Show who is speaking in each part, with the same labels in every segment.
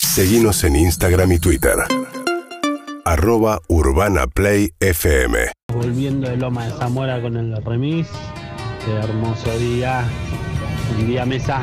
Speaker 1: Seguimos en Instagram y Twitter. Arroba Urbana Play FM.
Speaker 2: Volviendo de Loma de Zamora con el remis. Qué hermoso día. Un día mesa.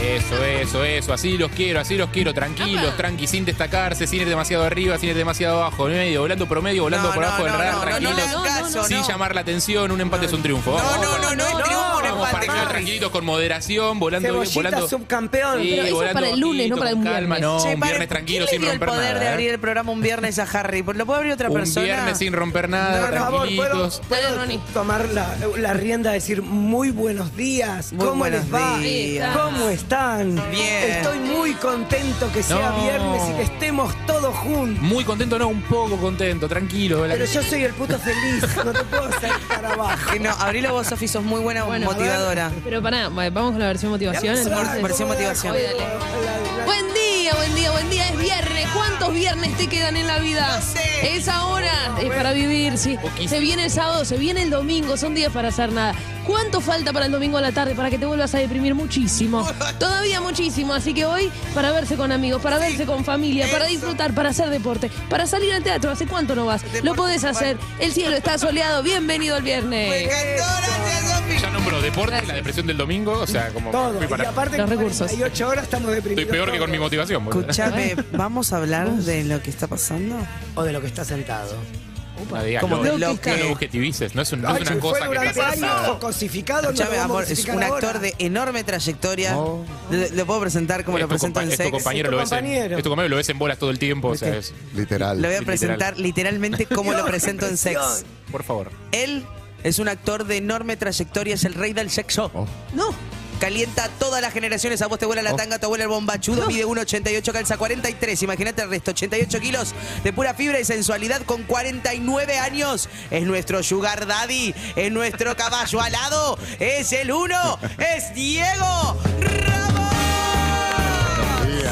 Speaker 3: Eso, eso, eso. Así los quiero, así los quiero. Tranquilos, tranqui, sin destacarse, sin ir demasiado arriba, sin ir demasiado abajo. En medio, volando promedio, volando
Speaker 4: No,
Speaker 3: por
Speaker 4: no,
Speaker 3: abajo del
Speaker 4: no,
Speaker 3: radar,
Speaker 4: no, no,
Speaker 3: tranquilos.
Speaker 4: no le hagas caso,
Speaker 3: sin
Speaker 4: no.
Speaker 3: llamar la atención, un empate es un triunfo.
Speaker 4: No,
Speaker 3: Vamos,
Speaker 4: no, no, no, es triunfo, un
Speaker 3: vamos,
Speaker 4: empate.
Speaker 3: partido tranquilito, con moderación, volando bien, volando.
Speaker 5: Cebollita subcampeón.
Speaker 3: Sí,
Speaker 6: Pero eso es
Speaker 3: volando
Speaker 6: para el lunes, no
Speaker 3: bajito,
Speaker 6: para
Speaker 3: con
Speaker 6: un
Speaker 3: calma,
Speaker 6: viernes.
Speaker 3: no,
Speaker 4: Che,
Speaker 3: un
Speaker 4: pare,
Speaker 3: viernes tranquilo,
Speaker 4: ¿quién
Speaker 3: sin
Speaker 4: le dio
Speaker 3: romper
Speaker 4: el poder
Speaker 3: nada.
Speaker 4: de
Speaker 3: ¿eh?
Speaker 4: abrir el programa un viernes a Harry? ¿Lo puede abrir otra
Speaker 3: Un
Speaker 4: persona?
Speaker 3: viernes sin romper
Speaker 5: No,
Speaker 3: nada,
Speaker 5: por favor, ¿puedo,
Speaker 3: tranquilitos.
Speaker 5: puedo
Speaker 6: Dale, Ronnie.
Speaker 5: tomar la, la rienda, decir muy buenos días,
Speaker 4: Muy
Speaker 5: ¿cómo
Speaker 4: buenos
Speaker 5: les va?
Speaker 4: días.
Speaker 5: ¿Cómo están?
Speaker 4: Bien.
Speaker 5: Estoy muy contento que sea
Speaker 3: No.
Speaker 5: viernes y que estemos todos juntos.
Speaker 3: Muy contento, no, un poco contento, tranquilo. ¿verdad?
Speaker 5: Pero yo soy el puto feliz, no te puedo hacer para abajo.
Speaker 4: Eh, no, abrilo vos, Sofi, sos muy buena
Speaker 6: Bueno,
Speaker 4: motivadora.
Speaker 6: Pero pará, va- vamos con la versión motivación.
Speaker 5: Vamos a ver
Speaker 6: entonces.
Speaker 5: cómo
Speaker 4: Versión
Speaker 5: me
Speaker 4: motivación.
Speaker 6: Hoy,
Speaker 5: dejo.
Speaker 6: dale.
Speaker 5: La- la-
Speaker 6: Buen día, buen día, buen día. Es viernes. ¿Cuántos viernes te quedan en la vida?
Speaker 4: No sé.
Speaker 6: Es ahora, es para vivir, sí.
Speaker 3: Poquísimo.
Speaker 6: Se viene el sábado, se viene el domingo, son días para hacer nada. ¿Cuánto falta para el domingo a la tarde para que te vuelvas a deprimir? Muchísimo. Todavía muchísimo. Así que hoy, para verse con amigos, para verse con familia, para
Speaker 4: eso.
Speaker 6: disfrutar, para hacer deporte, para salir al teatro. ¿Hace cuánto no vas? Lo podés hacer. El cielo está soleado. Bienvenido al
Speaker 3: Pues,
Speaker 4: Me
Speaker 6: viernes.
Speaker 4: encantó, gracias, Sofi.
Speaker 3: Ya nombró deporte, la depresión del domingo, o sea, como
Speaker 5: Todo.
Speaker 3: fui
Speaker 5: Y
Speaker 3: para-
Speaker 5: aparte,
Speaker 6: Los
Speaker 5: en
Speaker 6: recursos.
Speaker 5: 48 horas estamos deprimidos.
Speaker 3: Estoy peor que con mi
Speaker 5: todos.
Speaker 3: motivación. boludo.
Speaker 4: Escuchame, ¿vamos a hablar de lo que está pasando?
Speaker 5: O de lo que está sentado.
Speaker 3: Nadie,
Speaker 4: Como
Speaker 3: no,
Speaker 4: de
Speaker 3: no,
Speaker 4: lo
Speaker 3: no
Speaker 4: que-
Speaker 3: lo objetivices, no es, un- no es
Speaker 5: Ay,
Speaker 3: una
Speaker 5: si
Speaker 3: cosa que
Speaker 5: fuera
Speaker 3: te
Speaker 5: durante
Speaker 3: pasa
Speaker 5: años
Speaker 3: nada.
Speaker 5: cosificado, no lo
Speaker 4: Escuchame,
Speaker 5: vamos a
Speaker 4: amor, es
Speaker 5: cosificar
Speaker 4: un
Speaker 5: ahora.
Speaker 4: actor de enorme trayectoria.
Speaker 3: Oh.
Speaker 4: Lo, lo puedo presentar como
Speaker 3: Es
Speaker 4: lo
Speaker 3: tu
Speaker 4: presento
Speaker 3: Este compa-
Speaker 4: en
Speaker 3: es tu
Speaker 4: sex.
Speaker 3: compañero,
Speaker 5: Es tu
Speaker 3: lo ves en,
Speaker 5: compañero.
Speaker 3: es tu compañero, lo ves en bolas todo el tiempo, o sea, es-
Speaker 7: Literal.
Speaker 4: Lo voy a
Speaker 3: Literal.
Speaker 4: presentar literalmente como lo
Speaker 5: Dios,
Speaker 4: presento en sex.
Speaker 3: por favor.
Speaker 4: Él es un actor de enorme trayectoria, es el rey del sexo.
Speaker 7: Oh.
Speaker 6: No.
Speaker 4: Calienta a todas las generaciones. A vos te vuela la
Speaker 7: Oh.
Speaker 4: tanga, te vuela el bombachudo. Mide 1,88, calza 43. Imagínate el resto. 88 kilos de pura fibra y sensualidad con 49 años. Es nuestro Sugar Daddy. Es nuestro caballo alado. Es el uno. Es Diego Ramos.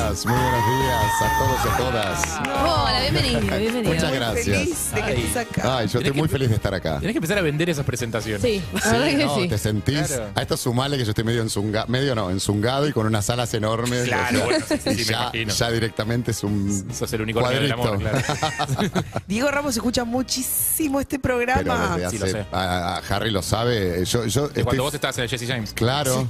Speaker 7: Buenos días, muy buenos días a todos y a todas.
Speaker 6: Hola, bienvenido, bienvenido.
Speaker 7: Muchas gracias.
Speaker 4: Feliz de que estés acá.
Speaker 7: Ay, yo
Speaker 3: Tenés
Speaker 7: estoy
Speaker 3: que-
Speaker 7: muy feliz de estar acá.
Speaker 3: Tenés que empezar a vender esas presentaciones.
Speaker 6: Sí, la verdad que
Speaker 7: no,
Speaker 6: sí.
Speaker 7: te sentís.
Speaker 3: Claro.
Speaker 7: A esto sumale que yo estoy medio enzungado, medio no, enzungado y con unas alas enormes.
Speaker 3: Claro,
Speaker 7: O sea,
Speaker 3: bueno, sí, sí, me
Speaker 7: ya,
Speaker 3: imagino.
Speaker 7: ya directamente es un.
Speaker 3: Sos el unicornio del amor, Este,
Speaker 7: cuadrito.
Speaker 4: Diego Ramos escucha muchísimo este
Speaker 7: Pero
Speaker 4: programa.
Speaker 7: desde
Speaker 3: Sí, lo
Speaker 7: hace-
Speaker 3: sé.
Speaker 7: a, a Harry lo sabe. Yo, yo
Speaker 3: De
Speaker 7: estoy-
Speaker 3: Cuando vos estabas en el Jesse James.
Speaker 7: Claro,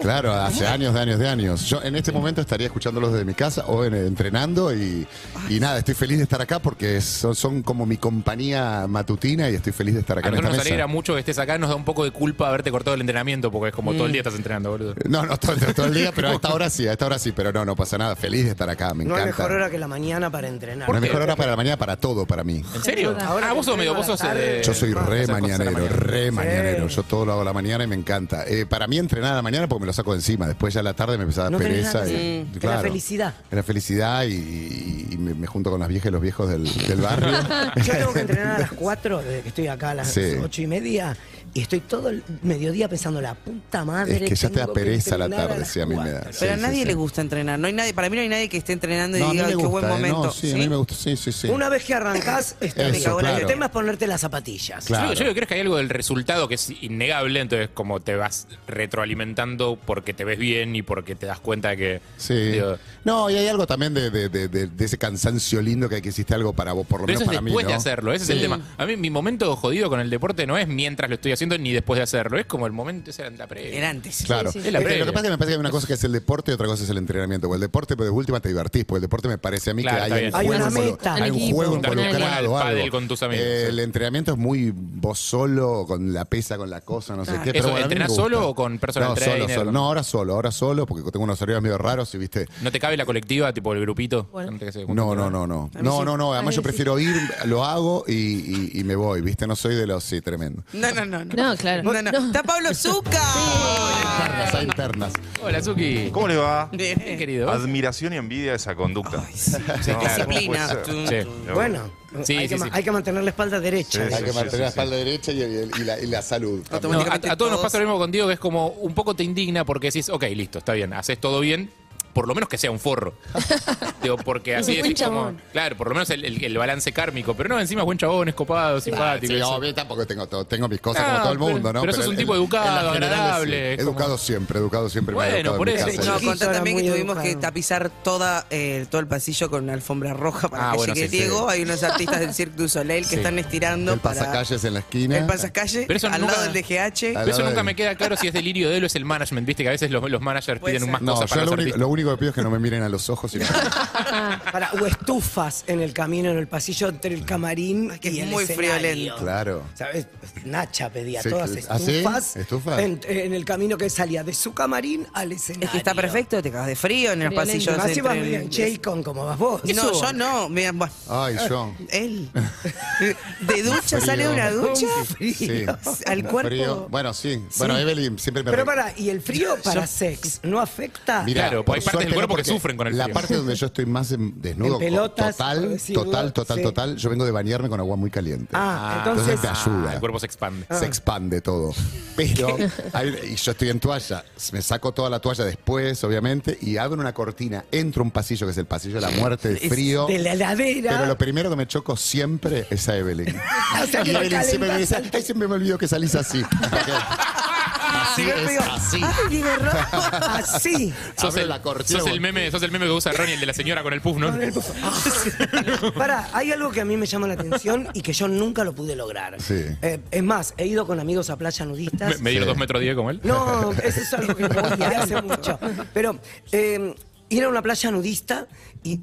Speaker 7: claro, hace años, de años, de años. Yo en este momento estaría escuchándolos desde mi casa o en- entrenando y, y nada, estoy feliz de estar acá porque son, son como mi compañía matutina y estoy feliz de estar
Speaker 3: A
Speaker 7: acá en esta
Speaker 3: nosotros nos
Speaker 7: mesa.
Speaker 3: alegra mucho que estés acá, nos da un poco de culpa haberte cortado el entrenamiento, porque es como todo el día estás entrenando, boludo.
Speaker 7: Eh, No, no, todo, todo el día, pero a esta hora sí, a esta hora sí, pero no, no pasa nada. Feliz de estar acá, me
Speaker 5: No
Speaker 7: encanta.
Speaker 5: hay mejor hora que la mañana para entrenar.
Speaker 7: No hay mejor hora para la mañana, para todo, para mí.
Speaker 3: ¿En serio?
Speaker 5: Ahora
Speaker 3: ah, vos sos
Speaker 5: que
Speaker 3: medio, vos sos... eh,
Speaker 7: Yo soy re
Speaker 3: hacer cosas a la
Speaker 7: mañanero,
Speaker 3: mañana.
Speaker 7: re mañanero. Yo todo lo hago a la mañana y me encanta. Eh, para mí entrenar a la mañana porque me lo saco de encima. Después ya a la tarde me empezaba
Speaker 5: No
Speaker 7: la
Speaker 5: tenés
Speaker 7: pereza.
Speaker 5: nada que
Speaker 7: y-
Speaker 5: hacer.
Speaker 7: claro.
Speaker 5: Era felicidad.
Speaker 7: Era felicidad y, y- y me, me junto con las viejas y los viejos del, del barrio.
Speaker 5: Yo tengo que entrenar a las 4 desde que estoy acá a las
Speaker 7: Sí.
Speaker 5: 8 y media y estoy todo el mediodía pensando la puta madre.
Speaker 7: es que ya te da
Speaker 5: tengo que
Speaker 7: pereza la
Speaker 5: entrenar a
Speaker 7: tarde,
Speaker 5: las
Speaker 7: sí, a mí me da.
Speaker 5: cuatro.
Speaker 4: Pero a
Speaker 7: Sí,
Speaker 4: nadie
Speaker 7: sí,
Speaker 4: le
Speaker 7: sí.
Speaker 4: gusta entrenar. No hay nadie, para mí no hay nadie que esté entrenando y
Speaker 7: No, a mí
Speaker 4: diga qué
Speaker 7: me gusta,
Speaker 4: buen
Speaker 7: eh,
Speaker 4: momento.
Speaker 7: no, sí, a
Speaker 4: ¿Sí?
Speaker 7: mí me gusta, sí, sí, sí.
Speaker 5: Una vez que arrancás, está
Speaker 7: Eso,
Speaker 5: me cago en la-
Speaker 7: claro.
Speaker 5: el tema es ponerte las zapatillas.
Speaker 7: Claro.
Speaker 3: Yo, yo creo que hay algo del resultado que es innegable, entonces como te vas retroalimentando porque te ves bien y porque te das cuenta de que...
Speaker 7: Sí.
Speaker 3: digo,
Speaker 7: no, y hay algo también de, de- de- de- de ese cansancio lindo que que hiciste algo para vos, por lo
Speaker 3: pero
Speaker 7: menos
Speaker 3: eso es
Speaker 7: para mí.
Speaker 3: después de
Speaker 7: ¿no?
Speaker 3: hacerlo, ese es el tema. A mí mi momento jodido con el deporte no es mientras lo estoy haciendo ni después de hacerlo, es como el momento, esa era la previa.
Speaker 4: Era antes.
Speaker 7: Claro.
Speaker 6: Sí, sí,
Speaker 3: Es la
Speaker 7: Eh,
Speaker 3: previa.
Speaker 7: Lo que pasa es que me parece que hay una cosa que es el deporte y otra cosa es el entrenamiento. Porque el deporte, pero de última te divertís, porque el deporte me parece a mí
Speaker 3: Claro,
Speaker 7: que
Speaker 3: está
Speaker 7: hay,
Speaker 3: bien.
Speaker 5: Hay
Speaker 7: un juego
Speaker 5: una
Speaker 7: involu-
Speaker 5: meta.
Speaker 7: hay un
Speaker 6: Un
Speaker 7: juego
Speaker 6: equipo.
Speaker 3: Jugar al
Speaker 7: involucrado. algo.
Speaker 3: pádel con tus amigos,
Speaker 7: Eh,
Speaker 3: sí.
Speaker 7: El entrenamiento es muy vos solo, con la pesa, con la cosa, no sé
Speaker 4: Ah.
Speaker 7: qué.
Speaker 3: Eso,
Speaker 7: pero bueno, a mí me
Speaker 3: ¿entrenás
Speaker 7: gusta.
Speaker 3: solo o con personal
Speaker 7: no, Solo,
Speaker 3: trainer?
Speaker 7: solo. No, ahora solo, ahora solo, porque tengo unos horarios medio raros y viste.
Speaker 3: ¿No te cabe la colectiva, tipo el grupito?
Speaker 6: Bueno.
Speaker 3: Gente que se junta
Speaker 7: No,
Speaker 3: con-
Speaker 7: no, no, no. No, no, no. Además, yo prefiero ir, lo hago y, y- y me voy, ¿viste? No soy de los. Sí, tremendo.
Speaker 4: No, no, no.
Speaker 6: No, claro.
Speaker 4: No, no.
Speaker 6: No.
Speaker 4: Está Pablo Zucca.
Speaker 7: Internas, hay internas.
Speaker 3: Hola, Suki.
Speaker 8: ¿Cómo les va?
Speaker 3: estás,
Speaker 4: Bien.
Speaker 3: querido?
Speaker 8: Admiración y envidia de esa conducta. No,
Speaker 4: Disciplina.
Speaker 8: no puede ser.
Speaker 4: Tum,
Speaker 3: Sí.
Speaker 8: No.
Speaker 5: Bueno,
Speaker 3: Sí,
Speaker 5: hay,
Speaker 3: sí,
Speaker 5: que, ma-
Speaker 3: sí.
Speaker 5: hay que mantener la espalda derecha.
Speaker 8: Sí,
Speaker 7: Hay que
Speaker 8: sí,
Speaker 7: mantener
Speaker 8: sí,
Speaker 7: la
Speaker 8: sí.
Speaker 7: espalda derecha y, el- y la, y la salud. también.
Speaker 3: No, a,
Speaker 4: Automáticamente
Speaker 3: a todos nos
Speaker 4: todos-
Speaker 3: pasa lo mismo contigo, que es como un poco te indigna porque decís, ok, listo, está bien, haces todo bien, por lo menos que sea un forro. Digo, porque así
Speaker 6: Buen
Speaker 3: es como.
Speaker 6: chabón.
Speaker 3: Claro, por lo menos el, el- el balance kármico. Pero no, encima es buen chabón, es copado, simpático.
Speaker 7: Sí,
Speaker 3: eso.
Speaker 7: obvio, tampoco tengo todo, tengo mis cosas
Speaker 3: No,
Speaker 7: como todo el
Speaker 3: pero-
Speaker 7: mundo, ¿no?
Speaker 3: Ah, pero sos
Speaker 7: en-
Speaker 3: un tipo
Speaker 7: en-
Speaker 3: educado,
Speaker 7: en las generales,
Speaker 3: agradable,
Speaker 7: sí.
Speaker 3: como-
Speaker 7: Educado siempre, educado siempre. me he
Speaker 3: Bueno,
Speaker 7: educado
Speaker 3: por
Speaker 7: en mi
Speaker 3: eso.
Speaker 7: casa.
Speaker 4: No,
Speaker 5: Sí,
Speaker 4: contá
Speaker 5: era
Speaker 4: también que
Speaker 5: muy
Speaker 4: tuvimos que
Speaker 5: educado.
Speaker 4: tapizar toda, eh, todo el pasillo con alfombra roja para
Speaker 3: Ah,
Speaker 4: que
Speaker 3: bueno,
Speaker 4: llegue
Speaker 3: sí, sí.
Speaker 4: Diego. Hay unos artistas del Cirque du Soleil que
Speaker 3: Sí.
Speaker 4: están estirando
Speaker 7: El
Speaker 4: para-
Speaker 7: pasacalles en la esquina.
Speaker 4: El pasacalle
Speaker 3: Pero eso
Speaker 4: al
Speaker 3: nunca-
Speaker 4: lado del DGH.
Speaker 7: Al
Speaker 3: Pero eso
Speaker 7: lado
Speaker 3: nunca
Speaker 7: de-
Speaker 3: me queda claro si es delirio de él o es el management. Viste que a veces los, los managers
Speaker 4: Puede
Speaker 3: piden
Speaker 4: ser.
Speaker 3: más
Speaker 7: No,
Speaker 3: cosas
Speaker 7: yo
Speaker 3: para
Speaker 7: lo
Speaker 3: los
Speaker 7: único,
Speaker 3: artistas.
Speaker 7: lo único que pido es que no me miren a los ojos. y no-
Speaker 4: Ah.
Speaker 5: Para, o estufas en el camino, en el pasillo entre el camarín
Speaker 4: Ay, que
Speaker 5: y
Speaker 4: es
Speaker 5: el
Speaker 4: muy
Speaker 5: escenario.
Speaker 4: friolento.
Speaker 7: claro.
Speaker 5: ¿Sabes? Nacha pedía
Speaker 7: Sí,
Speaker 5: todas
Speaker 7: que- ¿Ah, sí?
Speaker 5: estufas,
Speaker 7: ¿Estufas?
Speaker 5: En, en el camino que salía de su camarín al escenario.
Speaker 4: Es que está perfecto, te cagas de frío en los
Speaker 6: Violento.
Speaker 4: pasillos.
Speaker 5: Más si vas
Speaker 4: entre
Speaker 5: medio
Speaker 4: el-
Speaker 5: en J-Con como vas vos.
Speaker 4: No, yo no. mira, bueno,
Speaker 7: Ay, yo.
Speaker 4: él. De ducha,
Speaker 7: Frío.
Speaker 4: sale de una ducha.
Speaker 7: Sí.
Speaker 4: Al cuerpo.
Speaker 7: Frío. Bueno, sí. Bueno, Evelyn siempre me
Speaker 5: Pero
Speaker 7: re-
Speaker 5: para, ¿y el frío para sex no afecta?
Speaker 7: Mirá,
Speaker 3: Claro,
Speaker 7: por
Speaker 3: hay partes del
Speaker 7: suerte no,
Speaker 3: cuerpo que
Speaker 7: porque
Speaker 3: sufren con el
Speaker 7: La
Speaker 3: frío.
Speaker 7: parte donde yo estoy más en- desnudo,
Speaker 5: En pelotas,
Speaker 7: total,
Speaker 5: sin duda,
Speaker 7: total, total,
Speaker 5: sí.
Speaker 7: total, yo vengo de bañarme con agua muy caliente.
Speaker 5: Ah,
Speaker 7: Entonces te
Speaker 5: entonces...
Speaker 7: ayuda. Ah.
Speaker 3: El cuerpo se expande.
Speaker 5: Ah.
Speaker 7: se expande todo. Pero, hay- y yo estoy en toalla, me saco toda la toalla después, obviamente, y abro una cortina, entro a un pasillo que es el pasillo de la muerte, de frío.
Speaker 5: De la heladera.
Speaker 7: Pero lo primero que me choco siempre es a Evelyn.
Speaker 5: O sea, que
Speaker 7: Y
Speaker 5: la
Speaker 7: Evelyn siempre me dice,
Speaker 5: calentás.
Speaker 7: ay, siempre me olvido que salís así.
Speaker 5: Ah,
Speaker 7: Así
Speaker 4: Digo,
Speaker 7: es,
Speaker 4: digo,
Speaker 7: así.
Speaker 4: Ay, Diego Rojo.
Speaker 5: Así.
Speaker 3: Sos
Speaker 7: Abre
Speaker 3: el,
Speaker 7: la cortina,
Speaker 3: sos el
Speaker 7: bueno.
Speaker 3: meme, sos el meme que usa Ronnie, el de la señora con el puff, ¿no?
Speaker 5: Para, hay algo que a mí me llama la atención y que yo nunca lo pude lograr.
Speaker 7: Sí.
Speaker 5: Eh, es más, he ido con amigos a playa
Speaker 3: Me-
Speaker 5: nudistas.
Speaker 3: Medir dos metros diez como él.
Speaker 5: No, eso es algo que voy a hace mucho. Pero eh, ir a una playa nudista y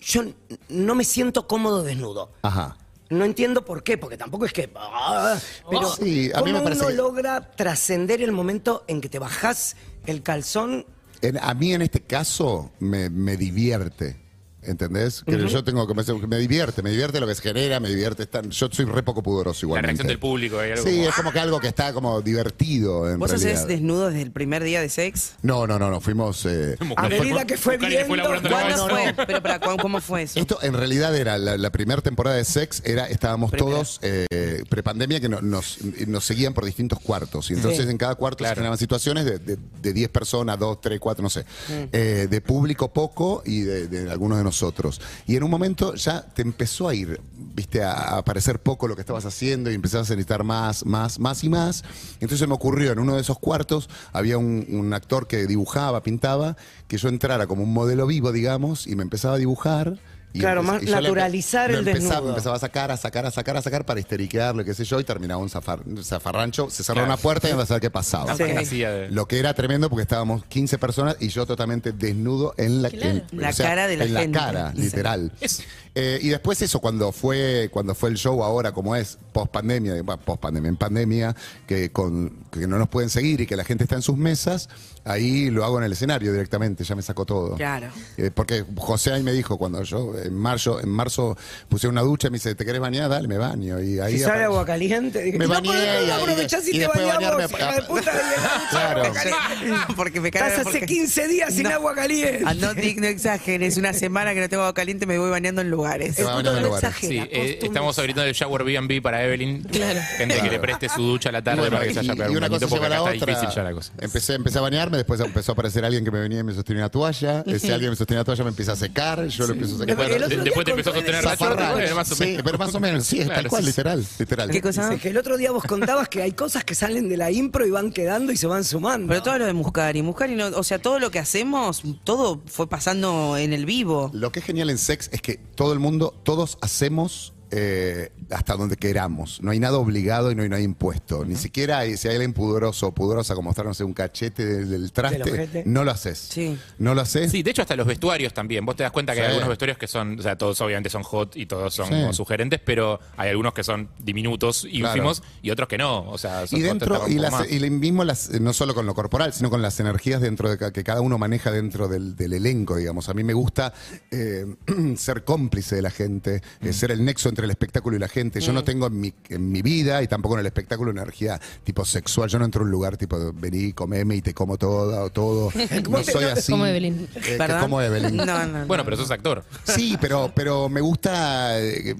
Speaker 5: yo n- no me siento cómodo desnudo.
Speaker 7: Ajá.
Speaker 5: No entiendo por qué, porque tampoco es que. ah, pero
Speaker 7: Sí, a mí
Speaker 5: ¿cómo
Speaker 7: me parece
Speaker 5: uno
Speaker 7: que-
Speaker 5: logra trascender el momento en que te bajás el calzón?
Speaker 7: En- a mí en este caso me, me divierte. ¿Entendés? Que yo tengo que me, me divierte, me divierte lo que se genera, me divierte. estar- yo soy re poco pudoroso
Speaker 3: La
Speaker 7: igualmente.
Speaker 3: reacción del público. hay algo
Speaker 7: Sí,
Speaker 3: como-
Speaker 7: es como que algo que está como divertido en
Speaker 4: ¿Vos
Speaker 7: realidad.
Speaker 4: hacés desnudo desde el primer día de sex?
Speaker 7: No, no, no, no, fuimos... eh,
Speaker 5: A
Speaker 3: Buscar-
Speaker 5: medida que fue
Speaker 3: Buscar y
Speaker 5: viendo,
Speaker 3: laburando la
Speaker 4: ¿Cuándo
Speaker 3: cabeza.
Speaker 4: fue? Pero para, ¿cu- ¿cómo fue eso?
Speaker 7: esto en realidad era la, primera temporada de Sex, era estábamos
Speaker 4: Primera.
Speaker 7: todos eh, prepandemia que no- nos, nos seguían por distintos cuartos. Y entonces en cada cuarto
Speaker 3: Claro.
Speaker 7: se generaban situaciones de, de, de 10 personas, 2, 3, 4, no sé.
Speaker 5: Mm.
Speaker 7: Eh, de público poco y de, de algunos de nosotros. Y en un momento ya te empezó a ir, viste, a, a aparecer poco lo que estabas haciendo y empezabas a necesitar más, más, más y más. Entonces me ocurrió en uno de esos cuartos, había un, un actor que dibujaba, pintaba, que yo entrara como un modelo vivo, digamos, y me empezaba a dibujar. Y
Speaker 5: Claro,
Speaker 7: empe-
Speaker 5: más
Speaker 7: y yo le empe-
Speaker 5: naturalizar
Speaker 7: lo
Speaker 5: el
Speaker 7: empezaba,
Speaker 5: desnudo.
Speaker 7: Empezaba a sacar, a sacar, a sacar, a sacar para histeriquearlo, y qué sé yo, y terminaba un zafar- un zafarrancho, se cerró
Speaker 3: Claro.
Speaker 7: una puerta y empezó a ver qué pasaba.
Speaker 4: Sí.
Speaker 3: Fantasía de-
Speaker 7: Lo que era tremendo porque estábamos 15 personas y yo totalmente desnudo en la,
Speaker 6: Claro.
Speaker 7: en-
Speaker 4: La cara de la
Speaker 7: en
Speaker 4: gente.
Speaker 7: la cara,
Speaker 4: Sí.
Speaker 7: literal.
Speaker 3: Es-
Speaker 7: Eh, y después eso, cuando fue, cuando fue el show ahora, como es, post pandemia, post pandemia, en pandemia, que, con, que no nos pueden seguir y que la gente está en sus mesas, ahí lo hago en el escenario directamente, ya me sacó todo.
Speaker 4: Claro.
Speaker 7: Eh, porque José ahí me dijo, cuando yo en marzo, en marzo puse una ducha, me dice, ¿te querés bañar? Dale, me baño. Y ahí
Speaker 5: Si sale
Speaker 7: apare-
Speaker 5: agua caliente, dije,
Speaker 7: Me
Speaker 5: no,
Speaker 7: bañé
Speaker 5: ¿por qué
Speaker 7: y-
Speaker 5: no aprovechás
Speaker 7: y
Speaker 5: si te
Speaker 7: después bañarme
Speaker 5: bañamos?
Speaker 7: a-
Speaker 5: hija de puta, de la ducha,
Speaker 7: Claro.
Speaker 5: agua caliente.
Speaker 4: Porque me cae
Speaker 5: Estás hace 15 días sin
Speaker 4: No.
Speaker 5: agua caliente.
Speaker 4: Ah, no, Dick, no exageres. Una semana que no tengo agua caliente me voy bañando en lugares.
Speaker 7: Se va bañando en lugares.
Speaker 5: exagera,
Speaker 3: Sí, eh,
Speaker 5: acostumbres.
Speaker 3: estamos abriendo el shower B&B para Evelyn. Gente que le preste su ducha a la tarde
Speaker 7: Bueno,
Speaker 3: para que se haya
Speaker 7: y-
Speaker 3: pegado
Speaker 7: y
Speaker 3: un
Speaker 7: una
Speaker 3: bañito,
Speaker 7: cosa
Speaker 3: porque
Speaker 7: lleva a
Speaker 3: acá
Speaker 7: la
Speaker 3: está
Speaker 7: otra.
Speaker 3: difícil ya la cosa.
Speaker 7: Empecé, empecé a bañarme, después empezó a aparecer alguien que me venía y me sostenía una toalla. Ese alguien me sostenía la toalla, me empieza a secar, yo lo empiezo a secar.
Speaker 5: Bueno, el
Speaker 3: De-
Speaker 5: otro día
Speaker 3: después te
Speaker 5: contó
Speaker 3: empezó a
Speaker 5: en el
Speaker 3: sostener la
Speaker 7: Zafarrancho.
Speaker 3: chorra, más o
Speaker 7: Sí,
Speaker 3: menos.
Speaker 7: pero más o menos, sí, es
Speaker 3: Claro,
Speaker 7: tal cual,
Speaker 3: sí, sí.
Speaker 7: literal, literal.
Speaker 4: ¿Qué cosa?
Speaker 5: Dice que el otro día vos contabas que hay cosas que salen de la impro y van quedando y se van sumando.
Speaker 4: Pero todo lo de Muscari, Muscari, no, o sea, todo lo que hacemos, todo fue pasando en el vivo.
Speaker 7: Lo que es genial en sex es que todo el mundo, todos hacemos eh, hasta donde queramos. No hay nada obligado y no hay nada impuesto. Ni siquiera hay- si hay alguien pudoroso o pudorosa como mostrar, no sé, un cachete del, del traste,
Speaker 5: ojete.
Speaker 7: no lo haces.
Speaker 4: Sí.
Speaker 7: No lo haces.
Speaker 3: Sí, de hecho hasta los vestuarios también. Vos te das cuenta que
Speaker 7: Sí.
Speaker 3: hay algunos vestuarios que son, o sea, todos obviamente son hot y todos son
Speaker 7: Sí.
Speaker 3: como sugerentes, pero hay algunos que son diminutos y
Speaker 7: Claro.
Speaker 3: ínfimos y otros que no. O sea, son
Speaker 7: Y dentro,
Speaker 3: contestar
Speaker 7: y,
Speaker 3: un poco
Speaker 7: las-
Speaker 3: más.
Speaker 7: y mismo las, eh, no solo con lo corporal, sino con las energías dentro de ca- que cada uno maneja dentro del, del elenco, digamos. A mí me gusta eh, ser cómplice de la gente, eh, ser el nexo entre el espectáculo y la gente. Yo no tengo en mi, en mi vida y tampoco en el espectáculo energía tipo sexual. Yo no entro a un lugar tipo vení, comeme y te como todo, todo. No soy así.
Speaker 6: Como Evelyn.
Speaker 7: Eh, que
Speaker 4: ¿Perdón?
Speaker 7: como Evelyn.
Speaker 4: No, no, no.
Speaker 3: Bueno, pero sos actor.
Speaker 7: Sí, pero, pero me gusta eh, eh,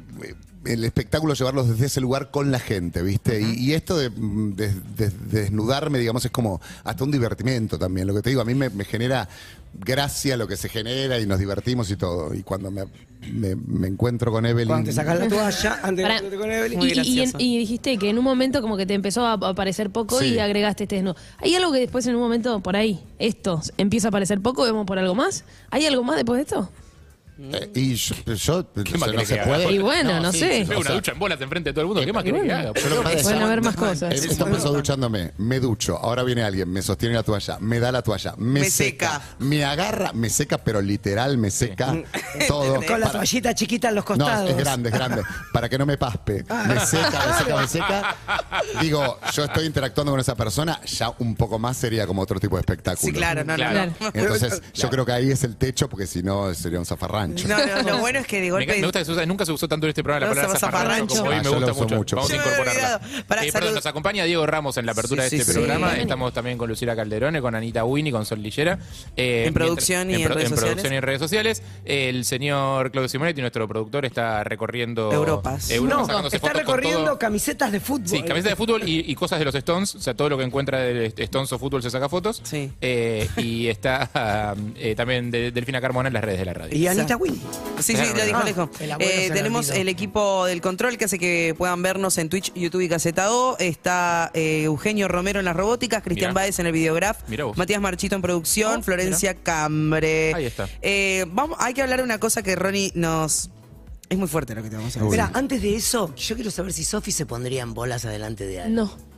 Speaker 7: el espectáculo llevarlos desde ese lugar con la gente, ¿viste? Y, y esto de, de- de- de desnudarme, digamos, es como hasta un divertimento también. Lo que te digo, a mí me, me genera gracia lo que se genera y nos divertimos y todo. Y cuando me, me- me encuentro con Evelyn...
Speaker 5: Cuando te sacas la toalla, antes
Speaker 6: Pará.
Speaker 5: de con Evelyn.
Speaker 4: Muy
Speaker 6: Y- y, y en-
Speaker 4: gracioso.
Speaker 6: y dijiste que en un momento como que te empezó a aparecer poco
Speaker 7: Sí.
Speaker 6: y agregaste este desnudo. ¿Hay algo que después en un momento por ahí, esto, empieza a aparecer poco, vemos por algo más? ¿Hay algo más después de esto?
Speaker 7: Eh, y yo, yo-
Speaker 3: ¿Qué más
Speaker 7: o sea, no
Speaker 3: querés
Speaker 7: se
Speaker 3: que haga?
Speaker 7: puede.
Speaker 6: Y bueno, no, sé.
Speaker 3: Veo una ducha en bolas enfrente de todo el
Speaker 7: eh,
Speaker 3: mundo. ¿Qué más querés que haga?
Speaker 7: Yo lo
Speaker 6: Pueden
Speaker 7: padezco.
Speaker 6: haber más cosas.
Speaker 7: Eh, Esto empezó duchándome, me ducho, ahora viene alguien, me sostiene la toalla, me da la toalla, me,
Speaker 4: Me
Speaker 7: seca,
Speaker 4: seca. Mm.
Speaker 7: me agarra, me seca, pero literal me seca todo.
Speaker 5: Con la
Speaker 7: Para-
Speaker 5: toallita chiquita en los
Speaker 7: No,
Speaker 5: costados.
Speaker 7: es grande, es grande. Para que no me paspe. Me seca, me seca, me seca. Digo, yo estoy interactuando con esa persona, ya un poco más sería como otro tipo de espectáculo.
Speaker 4: Sí, claro, no, no,
Speaker 3: Claro.
Speaker 4: no.
Speaker 7: Entonces, yo creo que ahí es el techo, porque si no sería un zafarrancho.
Speaker 4: No, no, lo bueno es que de
Speaker 3: Me,
Speaker 4: golpe.
Speaker 3: encanta- me gusta que se usa- nunca se usó tanto en este programa la
Speaker 4: No,
Speaker 3: palabra
Speaker 4: se usa
Speaker 3: zafarrancho. como
Speaker 4: zafarrancho.
Speaker 3: hoy me
Speaker 7: Ah, yo la
Speaker 3: gusta
Speaker 7: uso
Speaker 3: mucho.
Speaker 7: mucho.
Speaker 3: Vamos a
Speaker 4: Yo me había
Speaker 3: incorporarla.
Speaker 4: olvidado. Para
Speaker 3: Eh, perdón,
Speaker 4: salud.
Speaker 3: nos acompaña Diego Ramos en la apertura
Speaker 4: Sí,
Speaker 3: de
Speaker 4: sí,
Speaker 3: este
Speaker 4: sí.
Speaker 3: programa.
Speaker 4: Sí.
Speaker 3: Estamos también con Lucila Calderone, con Anita Winnie, con Sol Lillera. Eh,
Speaker 4: En producción y en
Speaker 3: pro-
Speaker 4: redes
Speaker 3: producción
Speaker 4: sociales.
Speaker 3: y en redes sociales. El señor Claudio Simonetti, nuestro productor, está recorriendo
Speaker 4: Europas.
Speaker 3: Europa,
Speaker 5: No,
Speaker 3: sacándose
Speaker 5: está
Speaker 3: fotos con
Speaker 5: recorriendo
Speaker 3: todo.
Speaker 5: camisetas de fútbol.
Speaker 3: Sí, camiseta de fútbol y, y cosas de los Stones. O sea, todo lo que encuentra de Stones o fútbol se saca fotos.
Speaker 4: Sí.
Speaker 3: Eh, y está eh, también de- Delfina Carmona en las redes de la radio.
Speaker 5: Y Anita Win.
Speaker 4: Sí, sí,
Speaker 3: Claro,
Speaker 4: lo dijo,
Speaker 5: ah,
Speaker 4: lo dijo.
Speaker 5: el abuelo
Speaker 4: Eh,
Speaker 5: se
Speaker 4: tenemos
Speaker 5: rendido.
Speaker 4: el equipo del control que hace que puedan vernos en Twitch, YouTube y Casetado. Está eh, Eugenio Romero en las robóticas, Cristian
Speaker 3: Mirá.
Speaker 4: Báez en el videograf,
Speaker 3: Mirá vos.
Speaker 4: Matías Marchito en producción,
Speaker 3: Oh,
Speaker 4: Florencia Cambre.
Speaker 3: Ahí está.
Speaker 4: Eh, vamos, hay que hablar de una cosa que Ronnie nos... Es muy fuerte lo que te vamos a decir.
Speaker 5: Mira, antes de eso, yo quiero saber si Sofi se pondría en bolas adelante de alguien.
Speaker 6: No.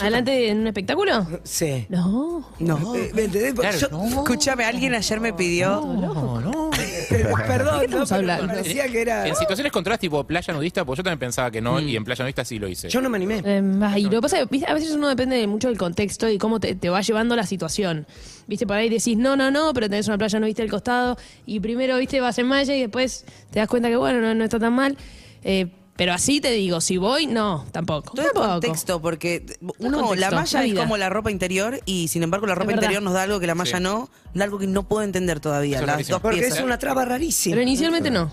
Speaker 6: ¿Adelante en un espectáculo?
Speaker 5: Sí.
Speaker 6: No.
Speaker 4: No.
Speaker 5: Eh, ¿Me entendés? Porque
Speaker 3: Claro,
Speaker 5: yo-
Speaker 3: no.
Speaker 4: Escúchame, alguien ayer me pidió...
Speaker 3: No, no.
Speaker 5: Pero, Perdón, no,
Speaker 6: estamos
Speaker 5: pero
Speaker 6: hablando?
Speaker 5: me parecía que era. Mm.
Speaker 3: En situaciones contras, tipo playa nudista, pues yo también pensaba que no, y en playa nudista sí lo hice.
Speaker 5: Yo no me animé.
Speaker 6: Eh, ay, lo que pasa es que ¿viste? a veces uno depende de mucho del contexto y cómo te, te va llevando la situación. Viste, por ahí decís, no, no, no, pero tenés una playa, no viste el costado, y primero, viste, vas en malla y después te das cuenta que, bueno, no, no está tan mal. Eh, pero así te digo, si voy, no, tampoco.
Speaker 4: Todo el
Speaker 6: Tampoco.
Speaker 4: contexto, porque uno,
Speaker 6: contexto,
Speaker 4: la malla
Speaker 6: la
Speaker 4: es
Speaker 6: vida.
Speaker 4: como la ropa interior y sin embargo la ropa
Speaker 6: verdad.
Speaker 4: interior nos da algo que la malla
Speaker 3: Sí.
Speaker 4: no, da algo que no puedo entender todavía,
Speaker 3: Eso es
Speaker 4: las
Speaker 3: rarísimo.
Speaker 4: dos
Speaker 5: Porque
Speaker 4: piezas.
Speaker 5: es una traba
Speaker 6: Pero
Speaker 5: rarísima.
Speaker 6: inicialmente no.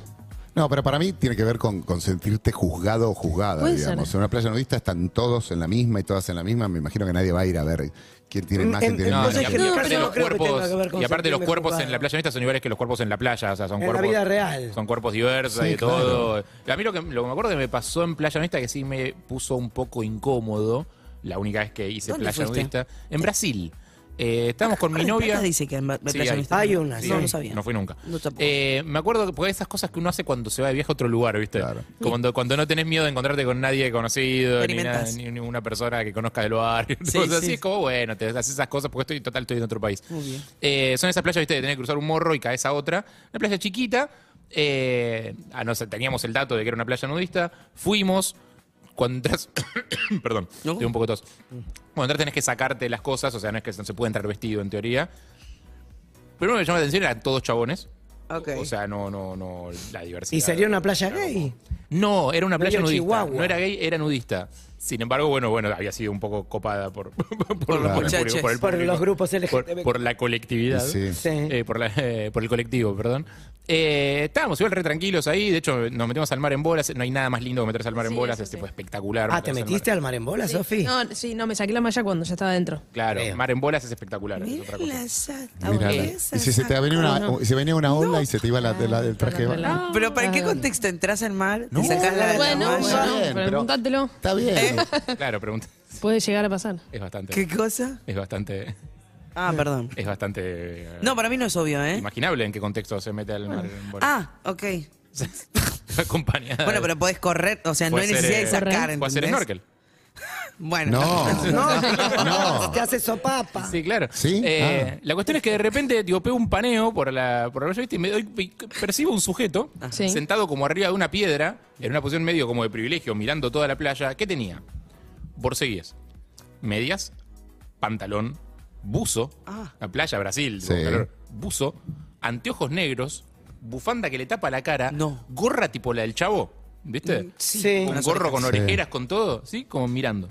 Speaker 7: No, pero para mí tiene que ver con, con sentirte juzgado o juzgada,
Speaker 6: Puede
Speaker 7: digamos.
Speaker 6: ser.
Speaker 7: En una playa nudista están todos en la misma y todas en la misma. Me imagino que nadie va a ir a ver quién tiene más, quién
Speaker 5: En-
Speaker 7: tiene
Speaker 5: en-
Speaker 3: No,
Speaker 7: menos.
Speaker 3: y,
Speaker 5: Entonces, es
Speaker 3: aparte
Speaker 5: que
Speaker 3: los
Speaker 5: no, pero no creo que
Speaker 3: cuerpos-
Speaker 5: tenga que ver con
Speaker 3: y aparte los
Speaker 5: sentirme
Speaker 3: cuerpos en
Speaker 5: juzgado.
Speaker 3: la playa nudista son iguales que los cuerpos en la playa, o sea, son
Speaker 5: En la
Speaker 3: cuerpos.
Speaker 5: vida real.
Speaker 3: Son cuerpos diversos
Speaker 7: Sí,
Speaker 3: y todo. A mí lo que, lo que me acuerdo que me pasó en playa nudista que sí me puso un poco incómodo, la única vez que hice
Speaker 4: ¿Dónde
Speaker 3: playa
Speaker 4: fuiste? Ah,
Speaker 3: nudista, en Brasil. Eh, estábamos con mi
Speaker 4: Mar del
Speaker 3: novia.
Speaker 4: Plata dice que en Ba-
Speaker 3: Sí,
Speaker 4: Playa
Speaker 3: hay.
Speaker 4: Nudista.
Speaker 5: Hay una, sí.
Speaker 4: No lo sabía.
Speaker 3: No fui nunca.
Speaker 4: No, tampoco.
Speaker 3: Eh, me acuerdo que porque esas cosas que uno hace cuando se va de viaje a otro lugar, ¿viste?
Speaker 7: Claro.
Speaker 3: Como Cuando, cuando no tenés miedo de encontrarte con nadie conocido, ni, nada,
Speaker 4: Experimentás.
Speaker 3: ni ni una persona que conozcas del barrio.
Speaker 4: Sí,
Speaker 3: cosas
Speaker 4: sí.
Speaker 3: así es como, bueno, te haces esas cosas porque estoy total, estoy en otro país.
Speaker 4: Muy bien.
Speaker 3: Eh, son esas playas, ¿viste? De tener que cruzar un morro y caes a otra. Una playa chiquita. eh, ah, no sé, teníamos el dato de que era una playa nudista. Fuimos. Cuando entras. perdón,
Speaker 4: No.
Speaker 3: tengo un poco de tos. Cuando entras tenés que sacarte las cosas, o sea, no es que no se puede entrar vestido en teoría. Primero me llamó la atención, eran todos chabones.
Speaker 4: Ok.
Speaker 3: O sea, no, no, no, la diversidad.
Speaker 5: ¿Y sería una playa gay?
Speaker 3: No, era una playa
Speaker 5: Medio
Speaker 3: nudista.
Speaker 5: Chihuahua.
Speaker 3: No era gay, era nudista. Sin embargo, bueno, bueno, había sido un poco copada por, por, por-
Speaker 4: los
Speaker 3: por el
Speaker 4: muchachos.
Speaker 3: público, por el
Speaker 5: Por
Speaker 3: público.
Speaker 5: los grupos LGTB.
Speaker 3: Por, por la colectividad.
Speaker 7: Sí.
Speaker 5: Sí.
Speaker 3: Eh, por, la- eh, por el colectivo, perdón. Eh, estábamos igual re tranquilos ahí. De hecho, nos metimos al mar en bolas. No hay nada más lindo que meterse al mar en
Speaker 6: Sí,
Speaker 3: bolas.
Speaker 6: eso
Speaker 3: Es tipo
Speaker 6: sí.
Speaker 3: espectacular.
Speaker 5: Ah, ¿te
Speaker 3: meterse al mar.
Speaker 5: metiste al mar en bola, Sofi?
Speaker 6: No, sí, no, me saqué la malla cuando ya estaba adentro.
Speaker 3: Claro,
Speaker 5: Feo.
Speaker 3: mar en bolas es espectacular. es otra cosa.
Speaker 7: Mirá, y si se te venía
Speaker 6: Ah,
Speaker 7: una, o- si venía una ola y se te iba la, la- el traje de baño.
Speaker 4: Pero ¿para
Speaker 5: Ah.
Speaker 4: qué contexto entras al mar? Te sacás la, la
Speaker 6: Bueno,
Speaker 4: malla?
Speaker 6: bueno, pero preguntátelo.
Speaker 7: Está bien.
Speaker 3: Claro, pregunta.
Speaker 6: Puede llegar a pasar.
Speaker 3: Es bastante.
Speaker 4: ¿Qué cosa?
Speaker 3: Es bastante.
Speaker 4: Ah, perdón.
Speaker 3: Es bastante. eh,
Speaker 4: No, para mí no es obvio, ¿eh?
Speaker 3: Imaginable en qué contexto se mete al mar. en bolas.
Speaker 4: Ah, ok.
Speaker 3: Acompañada.
Speaker 4: Bueno, pero podés correr, o sea, no
Speaker 3: Puede
Speaker 4: hay
Speaker 3: ser,
Speaker 4: necesidad de
Speaker 3: eh,
Speaker 4: sacar,
Speaker 3: Fue a hacer
Speaker 4: ¿entendés?
Speaker 3: snorkel.
Speaker 4: Bueno.
Speaker 7: No,
Speaker 5: Eh, No,
Speaker 7: No.
Speaker 5: no. Te hace sopapa.
Speaker 3: Sí, claro.
Speaker 7: ¿Sí?
Speaker 3: Eh,
Speaker 7: Ah.
Speaker 3: La cuestión es que de repente digo, pego un paneo por la, por la playa, ¿viste? y me doy- y percibo un sujeto
Speaker 4: Ah.
Speaker 6: Sí.
Speaker 3: sentado como arriba de una piedra, en una posición medio como de privilegio, mirando toda la playa. ¿Qué tenía? Borceguíes, medias, pantalón, buzo,
Speaker 4: Ah.
Speaker 3: la playa Brasil,
Speaker 7: Sí.
Speaker 3: calor, buzo, anteojos negros, bufanda que le tapa la cara,
Speaker 4: No. Mm.
Speaker 3: gorra tipo la del chavo, ¿viste?
Speaker 5: Sí.
Speaker 3: Un gorro con
Speaker 7: Sí.
Speaker 3: orejeras, con todo, ¿sí? Como mirando.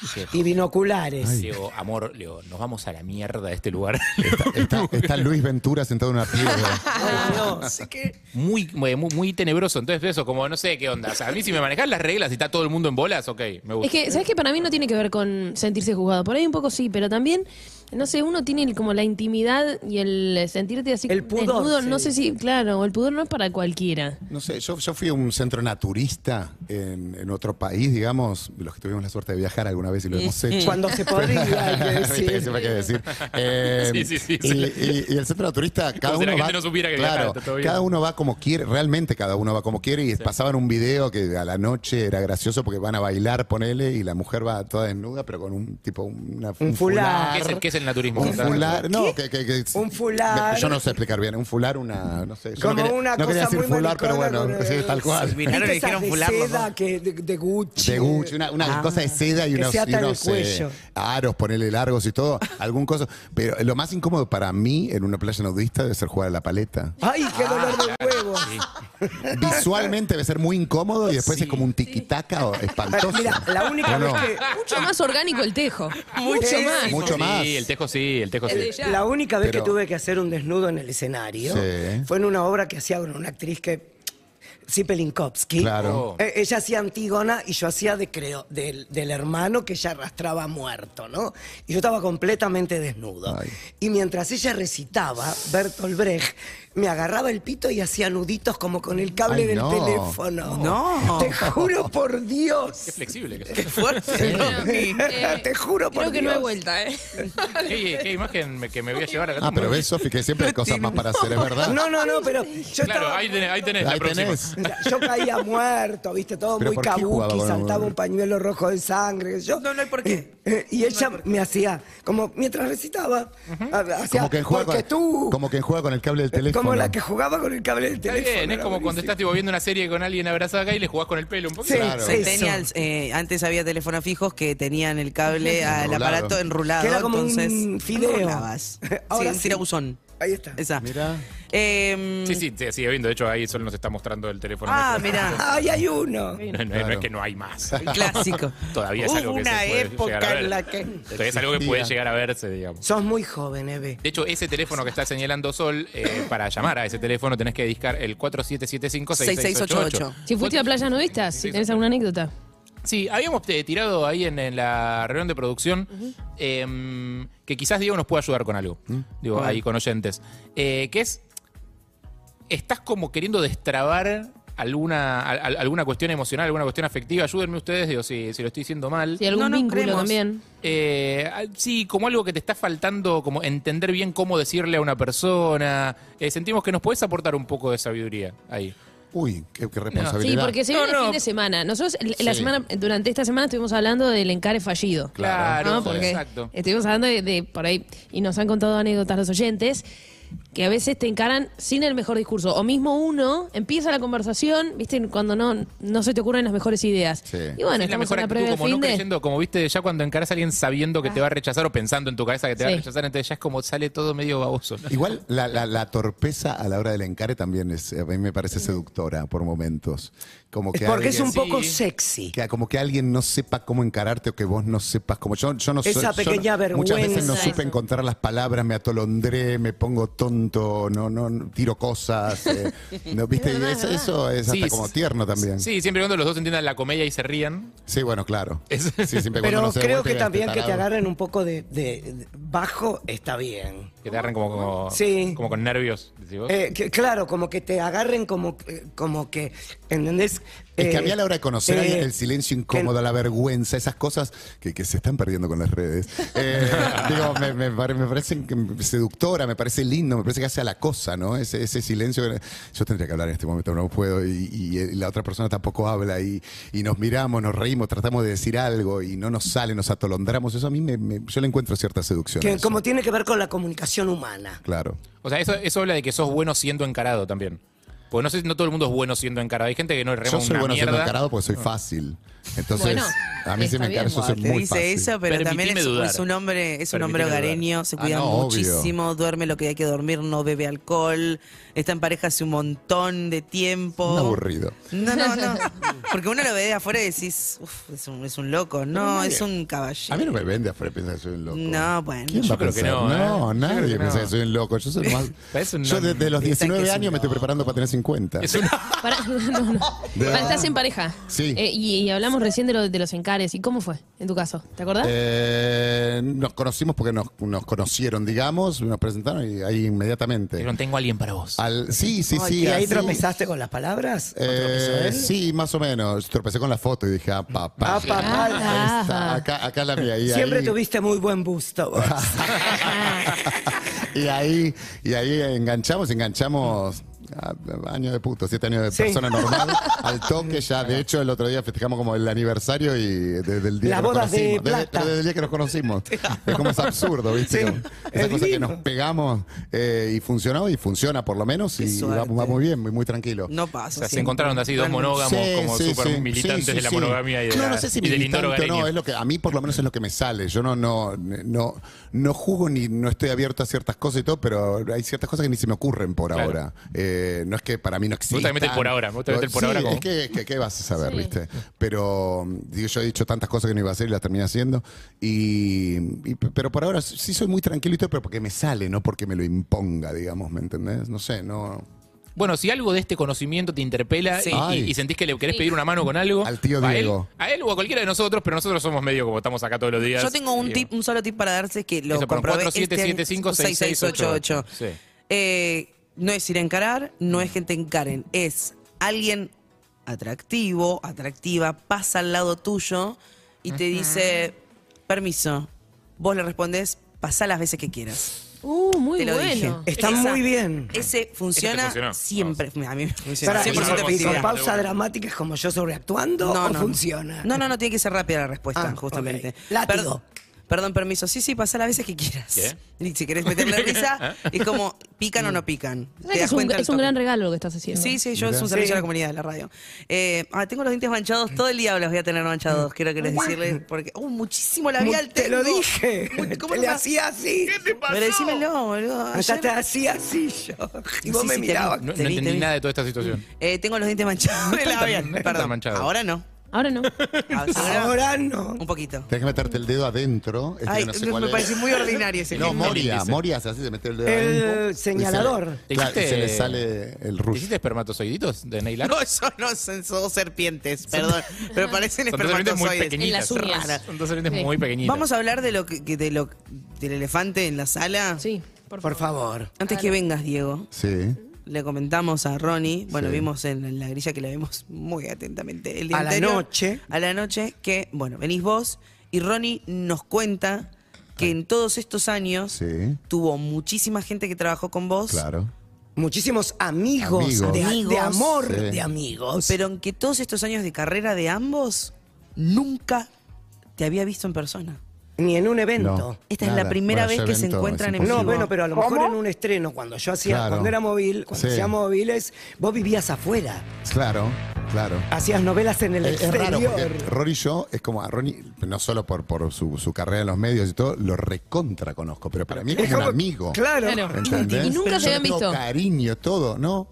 Speaker 3: Dice,
Speaker 5: Y binoculares.
Speaker 3: le digo, amor, le digo, nos vamos a la mierda de este lugar.
Speaker 7: Está, está Luis Ventura sentado en una piedra.
Speaker 5: Ay, no, sé que-
Speaker 3: muy, eh, muy, muy tenebroso. Entonces, eso, como no sé qué onda. O sea, a mí si me manejas las reglas y está todo el mundo en bolas, ok, me gusta.
Speaker 6: Es que, ¿sabes que Para mí no tiene que ver con sentirse juzgado. Por ahí un poco sí, pero también, no sé, uno tiene el- como la intimidad y el sentirte así
Speaker 5: El pudor,
Speaker 6: desnudo. No
Speaker 5: sí.
Speaker 6: sé si, claro, el pudor no es para cualquiera.
Speaker 7: No sé, yo, yo fui a un centro naturista en, en otro país, digamos, los que tuvimos la suerte de viajar alguna vez y lo hemos hecho.
Speaker 5: Cuando se podría, hay que
Speaker 7: Viste que
Speaker 5: decir.
Speaker 7: siempre hay que decir. Eh,
Speaker 3: Sí, sí, sí,
Speaker 7: y,
Speaker 3: sí.
Speaker 7: y- y el centro naturista, cada
Speaker 3: Como si la
Speaker 7: uno va.
Speaker 3: gente no supiera que
Speaker 7: claro,
Speaker 3: viajaba, está todo bien.
Speaker 7: cada uno va como quiere, realmente cada uno va como quiere. Y pasaban un video que a la noche era gracioso porque van a bailar, ponele, y la mujer va toda desnuda, pero con un tipo, una,
Speaker 5: Un fular.
Speaker 3: ¿Qué es el, qué es el naturismo?
Speaker 7: Un fular, no, que, que- que-
Speaker 5: Un fular.
Speaker 7: me- Yo no sé explicar bien, un fular, una, no sé. Yo
Speaker 5: Como
Speaker 7: no quería,
Speaker 5: una
Speaker 7: no quería
Speaker 5: cosa
Speaker 7: decir
Speaker 5: muy
Speaker 7: fular, pero
Speaker 5: maricona
Speaker 7: bueno,
Speaker 5: con
Speaker 7: sí,
Speaker 5: el-
Speaker 7: tal cual.
Speaker 5: ¿Viste
Speaker 4: Miraron y
Speaker 5: esas
Speaker 4: dijeron
Speaker 5: de
Speaker 4: fular los
Speaker 5: seda
Speaker 4: dos.
Speaker 5: que de, de Gucci.
Speaker 7: De Gucci, una, una
Speaker 5: Ah,
Speaker 7: cosa de seda y
Speaker 5: que
Speaker 7: unos,
Speaker 5: se ata
Speaker 7: y
Speaker 5: en el
Speaker 7: unos, eh,
Speaker 5: cuello.
Speaker 7: aros, ponerle largos y todo, algún cosa. Pero lo más incómodo para mí en una playa nudista debe ser jugar a la paleta.
Speaker 5: Ay, qué dolor de huevos.
Speaker 7: Visualmente debe ser muy incómodo y después es como un tiquitaca o espantoso.
Speaker 5: Mira, la única
Speaker 7: ¿O no?
Speaker 5: vez que
Speaker 6: Mucho más orgánico el tejo. Mucho
Speaker 5: Sí.
Speaker 6: más.
Speaker 7: Mucho
Speaker 3: sí,
Speaker 7: más.
Speaker 3: el tejo sí, el tejo
Speaker 6: El de
Speaker 3: sí.
Speaker 6: ya.
Speaker 5: La única vez
Speaker 7: Pero-
Speaker 5: que tuve que hacer un desnudo en el escenario
Speaker 7: Sí.
Speaker 5: fue en una obra que hacía con una actriz que. Zipelinkovsky.
Speaker 3: Oh.
Speaker 7: Claro.
Speaker 5: Eh, ella hacía Antígona y yo hacía de creo, del, del hermano que ella arrastraba muerto, ¿no? Y yo estaba completamente desnudo.
Speaker 7: Ay.
Speaker 5: Y mientras ella recitaba, Bertolt Brecht me agarraba el pito y hacía nuditos como con el cable
Speaker 7: Ay,
Speaker 5: del
Speaker 7: no.
Speaker 5: teléfono.
Speaker 4: No.
Speaker 5: Te juro por Dios.
Speaker 3: Qué flexible que sos.
Speaker 4: Qué fuerte, ¿no?
Speaker 6: Eh,
Speaker 5: Te juro por
Speaker 6: Creo que no
Speaker 5: Dios.
Speaker 6: hay vuelta, ¿eh?
Speaker 3: Qué, qué imagen me- que me voy a llevar acá.
Speaker 7: Ah, pero ves, Sofi, que siempre hay cosas más para hacer, es verdad.
Speaker 5: No, no, no, pero yo
Speaker 3: Claro,
Speaker 5: estaba
Speaker 3: ahí tenés, ahí tenés la
Speaker 7: Ahí
Speaker 3: próxima.
Speaker 7: tenés.
Speaker 5: Mira, yo caía muerto, viste, todo
Speaker 7: ¿Pero
Speaker 5: muy
Speaker 7: por qué jugaba
Speaker 5: kabuki,
Speaker 7: con-
Speaker 5: saltaba un pañuelo rojo de sangre. qué sé Yo,
Speaker 4: No, no hay por qué.
Speaker 5: Eh, y ella me hacía, como mientras recitaba, ha- hacía,
Speaker 7: Como que juega
Speaker 5: porque
Speaker 7: con,
Speaker 5: tú,
Speaker 7: como que juega con el cable del
Speaker 5: Eh,
Speaker 7: teléfono.
Speaker 5: como la que jugaba con el cable del
Speaker 3: Está
Speaker 5: teléfono.
Speaker 3: bien, es
Speaker 5: era
Speaker 3: como cuando estás
Speaker 5: buenísimo.
Speaker 3: tipo, viendo una serie con alguien abrazado acá y le jugás con el pelo un poquito.
Speaker 5: Sí,
Speaker 7: Claro.
Speaker 5: eso.
Speaker 4: Centennials, eh, antes había teléfonos fijos que tenían el cable al
Speaker 7: Enrulado.
Speaker 4: aparato enrulado.
Speaker 5: Que era como un
Speaker 4: entonces,
Speaker 5: fideo.
Speaker 4: enrulabas.
Speaker 5: Ahora
Speaker 4: sí, un
Speaker 5: sí.
Speaker 4: tirabuzón.
Speaker 5: Ahí está.
Speaker 4: Esa.
Speaker 7: Mira.
Speaker 4: Em,
Speaker 3: Sí, sí, te sigue viendo. De hecho, ahí Sol nos está mostrando el teléfono.
Speaker 4: Ah,
Speaker 3: nuestro.
Speaker 4: mira,
Speaker 5: Ay, hay uno.
Speaker 3: No, no, no es que no hay más.
Speaker 4: clásico.
Speaker 3: Todavía es
Speaker 4: Hubo
Speaker 3: algo que se
Speaker 4: una
Speaker 3: puede llegar a
Speaker 4: época
Speaker 3: ver.
Speaker 4: en la que.
Speaker 3: Todavía es algo que puede llegar a verse, digamos.
Speaker 5: Sos muy joven, Eve.
Speaker 3: De hecho, ese teléfono que está señalando Sol, eh, para llamar a ese teléfono tenés que discar el 4775-6688.
Speaker 6: Si fuiste a playas nudistas, si tenés alguna anécdota.
Speaker 3: Sí, habíamos eh, tirado ahí en, en la reunión de producción em, que quizás Diego nos pueda ayudar con algo. Digo, ahí con oyentes. Eh, que es, estás como queriendo destrabar alguna, al- al- alguna cuestión emocional, alguna cuestión afectiva. Ayúdenme ustedes, digo, si, si lo estoy diciendo mal.
Speaker 6: Si algún
Speaker 4: No, no,
Speaker 6: vínculo
Speaker 4: creemos.
Speaker 6: también.
Speaker 3: Eh, al- sí, como algo que te está faltando, como entender bien cómo decirle a una persona. Eh, sentimos que nos puedes aportar un poco de sabiduría ahí.
Speaker 7: Uy, qué, qué
Speaker 6: Sí,
Speaker 7: responsabilidad.
Speaker 6: porque se
Speaker 3: No,
Speaker 6: viene el
Speaker 3: no.
Speaker 6: fin de semana. Nosotros el- la
Speaker 7: Sí.
Speaker 6: semana, durante esta semana estuvimos hablando del encare fallido.
Speaker 3: Claro,
Speaker 6: ¿no? Porque
Speaker 3: exacto.
Speaker 6: estuvimos hablando de, de por ahí, y nos han contado anécdotas los oyentes, que a veces te encaran sin el mejor discurso. O mismo uno empieza la conversación, viste, cuando no, no se te ocurren las mejores ideas.
Speaker 7: Sí.
Speaker 6: Y bueno,
Speaker 3: es la
Speaker 6: estamos
Speaker 3: mejor
Speaker 6: en la
Speaker 3: actitud,
Speaker 6: prueba de
Speaker 3: como no
Speaker 6: fin de.
Speaker 3: creyendo, como viste, ya cuando encarás a alguien sabiendo que te va a rechazar o pensando en tu cabeza que te va a
Speaker 6: Sí.
Speaker 3: rechazar, entonces ya es como sale todo medio baboso. ¿no?
Speaker 7: Igual la, la- la torpeza a la hora del encare también es, a mí me parece seductora por momentos. Como que
Speaker 5: Porque es
Speaker 7: alguien-
Speaker 5: un poco
Speaker 3: sí.
Speaker 5: sexy.
Speaker 7: que- como que alguien no sepa cómo encararte o que vos no sepas cómo. Yo, yo no sé.
Speaker 5: Esa
Speaker 7: yo
Speaker 5: pequeña
Speaker 7: no- Muchas veces no
Speaker 6: vergüenza,
Speaker 7: supe
Speaker 6: eso.
Speaker 7: encontrar las palabras, me atolondré, me pongo tonto, no, no, no- tiro cosas. eh, no, ¿Viste? Y eso, eso es hasta
Speaker 3: Sí,
Speaker 7: como
Speaker 3: sí.
Speaker 7: tierno también. Sí,
Speaker 3: Sí, siempre cuando los dos entiendan la comedia y se rían.
Speaker 7: bueno, claro.
Speaker 3: Es-
Speaker 7: Sí, siempre cuando
Speaker 5: Pero
Speaker 7: uno se
Speaker 5: creo
Speaker 7: devuelve
Speaker 5: que
Speaker 7: y este
Speaker 5: también que te
Speaker 7: tarado.
Speaker 5: agarren un poco de, de- de- bajo está bien.
Speaker 3: Que te agarran como, como,
Speaker 5: Sí.
Speaker 3: como con nervios. decís vos.
Speaker 5: Eh, que- claro, como que te agarren como, eh, como que, ¿entendés?
Speaker 7: Es que
Speaker 5: Eh,
Speaker 7: a mí a la hora de conocer
Speaker 5: eh,
Speaker 7: el silencio incómodo, la vergüenza, esas cosas que, que se están perdiendo con las redes, eh, digo, me, me, pare- me parece seductora, me parece lindo, me parece que hace a la cosa, ¿no? Ese, ese silencio. que- Yo tendría que hablar en este momento, no puedo, y, y, eh, la otra persona tampoco habla, y, y nos miramos, nos reímos, tratamos de decir algo, y no nos sale, nos atolondramos. Eso a mí me, me- yo le encuentro cierta seducción. a
Speaker 5: que
Speaker 7: eso.
Speaker 5: como tiene que ver con la comunicación humana.
Speaker 7: Claro.
Speaker 3: O sea, eso, eso habla de que sos bueno siendo encarado también. Porque no sé si no todo el mundo es bueno siendo encarado. Hay gente que no es
Speaker 7: Yo
Speaker 3: rema
Speaker 7: soy
Speaker 3: una
Speaker 7: bueno siendo
Speaker 3: mierda.
Speaker 7: encarado porque soy fácil. Entonces,
Speaker 6: Bueno,
Speaker 7: a mí se
Speaker 6: está
Speaker 7: me encara,
Speaker 6: bien,
Speaker 7: yo soy
Speaker 6: Guau,
Speaker 4: Te
Speaker 7: muy
Speaker 4: dice
Speaker 7: fácil.
Speaker 4: eso, pero también
Speaker 3: Permitime
Speaker 4: es,
Speaker 3: dudar.
Speaker 4: es un hombre, es un hombre
Speaker 3: Permitime dudar.
Speaker 4: hogareño, se
Speaker 7: Ah,
Speaker 4: cuida
Speaker 7: no, obvio.
Speaker 4: muchísimo, duerme lo que hay que dormir, no bebe alcohol, está en pareja hace un montón de tiempo.
Speaker 7: Un aburrido.
Speaker 4: No, no, no. Porque uno lo ve de afuera y decís, "Uf, es un, es un loco. No, es un caballero.
Speaker 7: A mí no me vende afuera y piensa que soy un loco.
Speaker 4: No, bueno.
Speaker 7: ¿Quién va a
Speaker 3: creo
Speaker 7: pensar?
Speaker 3: que no, ¿eh?
Speaker 7: No,
Speaker 3: Yo
Speaker 7: nadie
Speaker 3: creo que
Speaker 7: piensa
Speaker 3: no.
Speaker 7: que soy un loco. Yo soy más.
Speaker 3: Parece un-
Speaker 7: yo desde los
Speaker 4: Dicen que
Speaker 7: 19
Speaker 4: es un
Speaker 7: años me estoy
Speaker 4: loco.
Speaker 7: preparando para tener 50.
Speaker 3: Es una-
Speaker 6: Pará, no, no.
Speaker 7: De-
Speaker 6: Pará, Estás en pareja.
Speaker 7: Sí.
Speaker 6: Eh, y, y hablamos recién de, lo, de los encares. ¿Y cómo fue en tu caso? ¿Te acordás?
Speaker 7: Eh, nos conocimos porque nos, nos conocieron, digamos, nos presentaron y ahí inmediatamente.
Speaker 3: Dijeron, tengo a alguien para vos.
Speaker 7: Al, sí, sí, sí.
Speaker 5: ¿Y ahí
Speaker 7: así.
Speaker 5: tropezaste con las palabras? ¿O tropezó
Speaker 7: Eh,
Speaker 5: él?
Speaker 7: sí, más o menos. Tropecé con la foto y dije, ah, papá.
Speaker 5: Ah, papá.
Speaker 7: Ahí está, acá, acá la mía. Y
Speaker 5: Siempre
Speaker 7: ahí-
Speaker 5: tuviste muy buen busto. vos.
Speaker 7: y ahí y ahí enganchamos, enganchamos ah, años de puto, siete años de
Speaker 5: Sí.
Speaker 7: persona normal al toque ya. De hecho, el otro día festejamos como el aniversario y desde el día
Speaker 5: Las
Speaker 7: que nos
Speaker 5: bodas de
Speaker 7: conocimos. Desde-
Speaker 5: plata.
Speaker 7: Desde, el día que nos conocimos. Es como es absurdo, ¿viste?
Speaker 5: Sí,
Speaker 7: Como
Speaker 5: es
Speaker 7: Esa cosa que
Speaker 5: divino.
Speaker 7: nos pegamos eh, y funcionó y funciona por lo menos y va,
Speaker 4: suerte.
Speaker 7: va muy bien, muy, muy tranquilo.
Speaker 4: No pasa.
Speaker 3: O sea, se
Speaker 4: sí.
Speaker 3: encontraron así dos monógamos
Speaker 7: Sí,
Speaker 3: como
Speaker 7: sí,
Speaker 3: súper
Speaker 7: sí.
Speaker 3: militantes
Speaker 7: Sí, sí,
Speaker 3: de la
Speaker 7: sí.
Speaker 3: monogamia y, de
Speaker 7: no,
Speaker 3: la-
Speaker 7: no sé si
Speaker 3: y del
Speaker 7: militante
Speaker 3: inodoro
Speaker 7: o no,
Speaker 3: hogareño.
Speaker 7: es lo que a mí por lo menos es lo que me sale. Yo no no no no juzgo ni no estoy abierto a ciertas cosas y todo, pero hay ciertas cosas que ni se me ocurren por
Speaker 3: Claro.
Speaker 7: ahora. Eh, no es que para mí no exista.
Speaker 3: gusta que metes por ahora, me gusta que metes por ahora como-
Speaker 7: es que, que- ¿qué vas a saber, viste? Pero digo, yo he dicho tantas cosas que no iba a hacer y las terminé haciendo y, y- pero por ahora sí soy muy tranquilo y todo, pero porque me sale, no porque me lo imponga, digamos, ¿me entendés? No sé, no
Speaker 3: Bueno, si algo de este conocimiento te interpela
Speaker 4: Sí.
Speaker 3: y- y,
Speaker 7: Ay.
Speaker 3: y sentís que le querés pedir una mano con algo.
Speaker 7: Al tío
Speaker 3: a él-
Speaker 7: Diego.
Speaker 3: A él, o a cualquiera de nosotros, pero nosotros somos medio como estamos acá todos los días. Eh,
Speaker 4: Yo tengo un
Speaker 3: Digo,
Speaker 4: tip, un solo tip para darse que lo
Speaker 3: Eso, por
Speaker 4: comprobé. Este
Speaker 3: 4775
Speaker 4: 6688.
Speaker 3: Sí.
Speaker 4: Eh, no es ir a encarar, no es gente encaren, es alguien atractivo, atractiva, pasa al lado tuyo y te dice, permiso. Vos le respondés, pasá las veces que quieras.
Speaker 6: Uh, muy
Speaker 4: Te lo
Speaker 6: bueno.
Speaker 4: dije.
Speaker 5: Está
Speaker 4: Esa-
Speaker 5: muy bien.
Speaker 4: Ese funciona
Speaker 3: funcionó.
Speaker 4: siempre. A mí me funciona.
Speaker 5: Este Pará,
Speaker 3: Sí,
Speaker 5: ¿y
Speaker 3: por
Speaker 5: con-
Speaker 3: supuesto,
Speaker 4: 100%
Speaker 5: ¿Y con
Speaker 3: sí.
Speaker 4: efectiva.
Speaker 5: pausa dramática es como yo sobreactuando o funciona?
Speaker 4: No, no, no, tiene que ser rápida la respuesta,
Speaker 5: Ah,
Speaker 4: justamente.
Speaker 5: ok. Látigo.
Speaker 4: Perdón, perdón, permiso. Sí, sí, pasa las veces que quieras.
Speaker 3: ¿Qué?
Speaker 4: Y si querés meterle risa,
Speaker 7: ¿Eh?
Speaker 4: es como, ¿pican o no pican?
Speaker 6: ¿Sabés que Es un,
Speaker 4: al
Speaker 6: es un
Speaker 4: toque.
Speaker 6: gran regalo lo que estás haciendo.
Speaker 4: Sí, sí, yo es un servicio a la comunidad de la radio. Eh, ah, tengo los dientes manchados, todo el día los voy a tener manchados, quiero que les decirle, porque, uh, muchísimo labial
Speaker 5: Mu- Te
Speaker 4: tengo.
Speaker 5: lo dije.
Speaker 4: Muy- ¿Cómo
Speaker 5: te
Speaker 4: no
Speaker 5: le
Speaker 4: me-
Speaker 5: hacía así.
Speaker 4: Pero decímelo, boludo.
Speaker 5: Hasta
Speaker 4: ayer-
Speaker 5: te hacía así yo. Y vos
Speaker 4: Sí,
Speaker 5: me
Speaker 4: sí, te vi.
Speaker 5: mirabas.
Speaker 3: No, no
Speaker 4: Te vi, te
Speaker 3: entendí
Speaker 4: vi.
Speaker 3: nada de toda esta situación.
Speaker 4: Eh, tengo los dientes manchados de
Speaker 3: están tan-
Speaker 4: labial,
Speaker 3: no están tan
Speaker 4: perdón.
Speaker 3: manchados.
Speaker 4: Ahora no.
Speaker 6: Ahora no.
Speaker 5: Ahora no.
Speaker 4: Un poquito.
Speaker 7: Tenés que meterte el dedo adentro. este
Speaker 4: Ay,
Speaker 7: no sé
Speaker 4: me
Speaker 7: cuál es.
Speaker 4: parece muy ordinario ese
Speaker 7: No,
Speaker 4: gesto.
Speaker 7: Moria,
Speaker 3: índice.
Speaker 7: Moria se hace, se mete el dedo.
Speaker 5: El eh,
Speaker 7: adentro y se le-
Speaker 5: señalador.
Speaker 3: ¿Te
Speaker 7: claro, y se
Speaker 3: hiciste-
Speaker 7: le sale el
Speaker 3: ¿Te
Speaker 7: rush.
Speaker 3: hiciste espermatozoiditos de Neil Armstrong?
Speaker 4: No, eso no son, son serpientes, perdón. pero parecen
Speaker 3: Son dos serpientes muy
Speaker 4: espermatozoides.
Speaker 6: En
Speaker 3: pequeñitas.
Speaker 6: las uñas.
Speaker 3: Raras. Son dos serpientes
Speaker 6: Sí.
Speaker 3: muy pequeñitas.
Speaker 4: Vamos a hablar de lo que, que- de lo del elefante en la sala.
Speaker 6: Sí, por
Speaker 5: Por
Speaker 6: favor.
Speaker 5: favor.
Speaker 4: Antes que vengas, Diego,
Speaker 7: Sí.
Speaker 4: le comentamos a Ronnie, bueno,
Speaker 7: Sí.
Speaker 4: vimos en, en la grilla que la vimos muy atentamente el día
Speaker 5: A la
Speaker 4: anterior,
Speaker 5: noche.
Speaker 4: A la noche que, bueno, venís vos y Ronnie nos cuenta que en todos estos años
Speaker 7: Sí.
Speaker 4: tuvo muchísima gente que trabajó con vos.
Speaker 7: Claro.
Speaker 5: Muchísimos amigos,
Speaker 7: Amigos.
Speaker 5: De, de
Speaker 4: Amigos.
Speaker 5: amor
Speaker 7: Sí.
Speaker 5: de amigos.
Speaker 4: Pero en que todos estos años de carrera de ambos, nunca te había visto en persona.
Speaker 5: ni en un evento.
Speaker 4: Esta es la primera vez
Speaker 7: yo
Speaker 4: que se
Speaker 7: evento,
Speaker 4: encuentran
Speaker 7: es
Speaker 4: en
Speaker 5: No,
Speaker 7: imposible.
Speaker 4: vivo.
Speaker 5: bueno, pero a lo mejor en un estreno, cuando yo hacía,
Speaker 7: Claro.
Speaker 5: cuando era móvil, cuando
Speaker 7: Sí.
Speaker 5: hacía móviles, vos vivías afuera.
Speaker 7: Claro, claro.
Speaker 5: Hacías novelas en el
Speaker 7: Es, es raro
Speaker 5: exterior.
Speaker 7: porque Ronnie y yo es como a Ronnie, no solo por, por su, su carrera en los medios y todo, lo recontra conozco, pero para mí es
Speaker 5: Es
Speaker 7: como un
Speaker 5: como-
Speaker 7: amigo.
Speaker 5: Claro.
Speaker 6: Claro.
Speaker 7: ¿Entendés?
Speaker 6: Y nunca
Speaker 7: Pero
Speaker 6: se
Speaker 7: yo
Speaker 6: habían
Speaker 7: le tengo
Speaker 6: visto.
Speaker 7: cariño, todo, ¿no?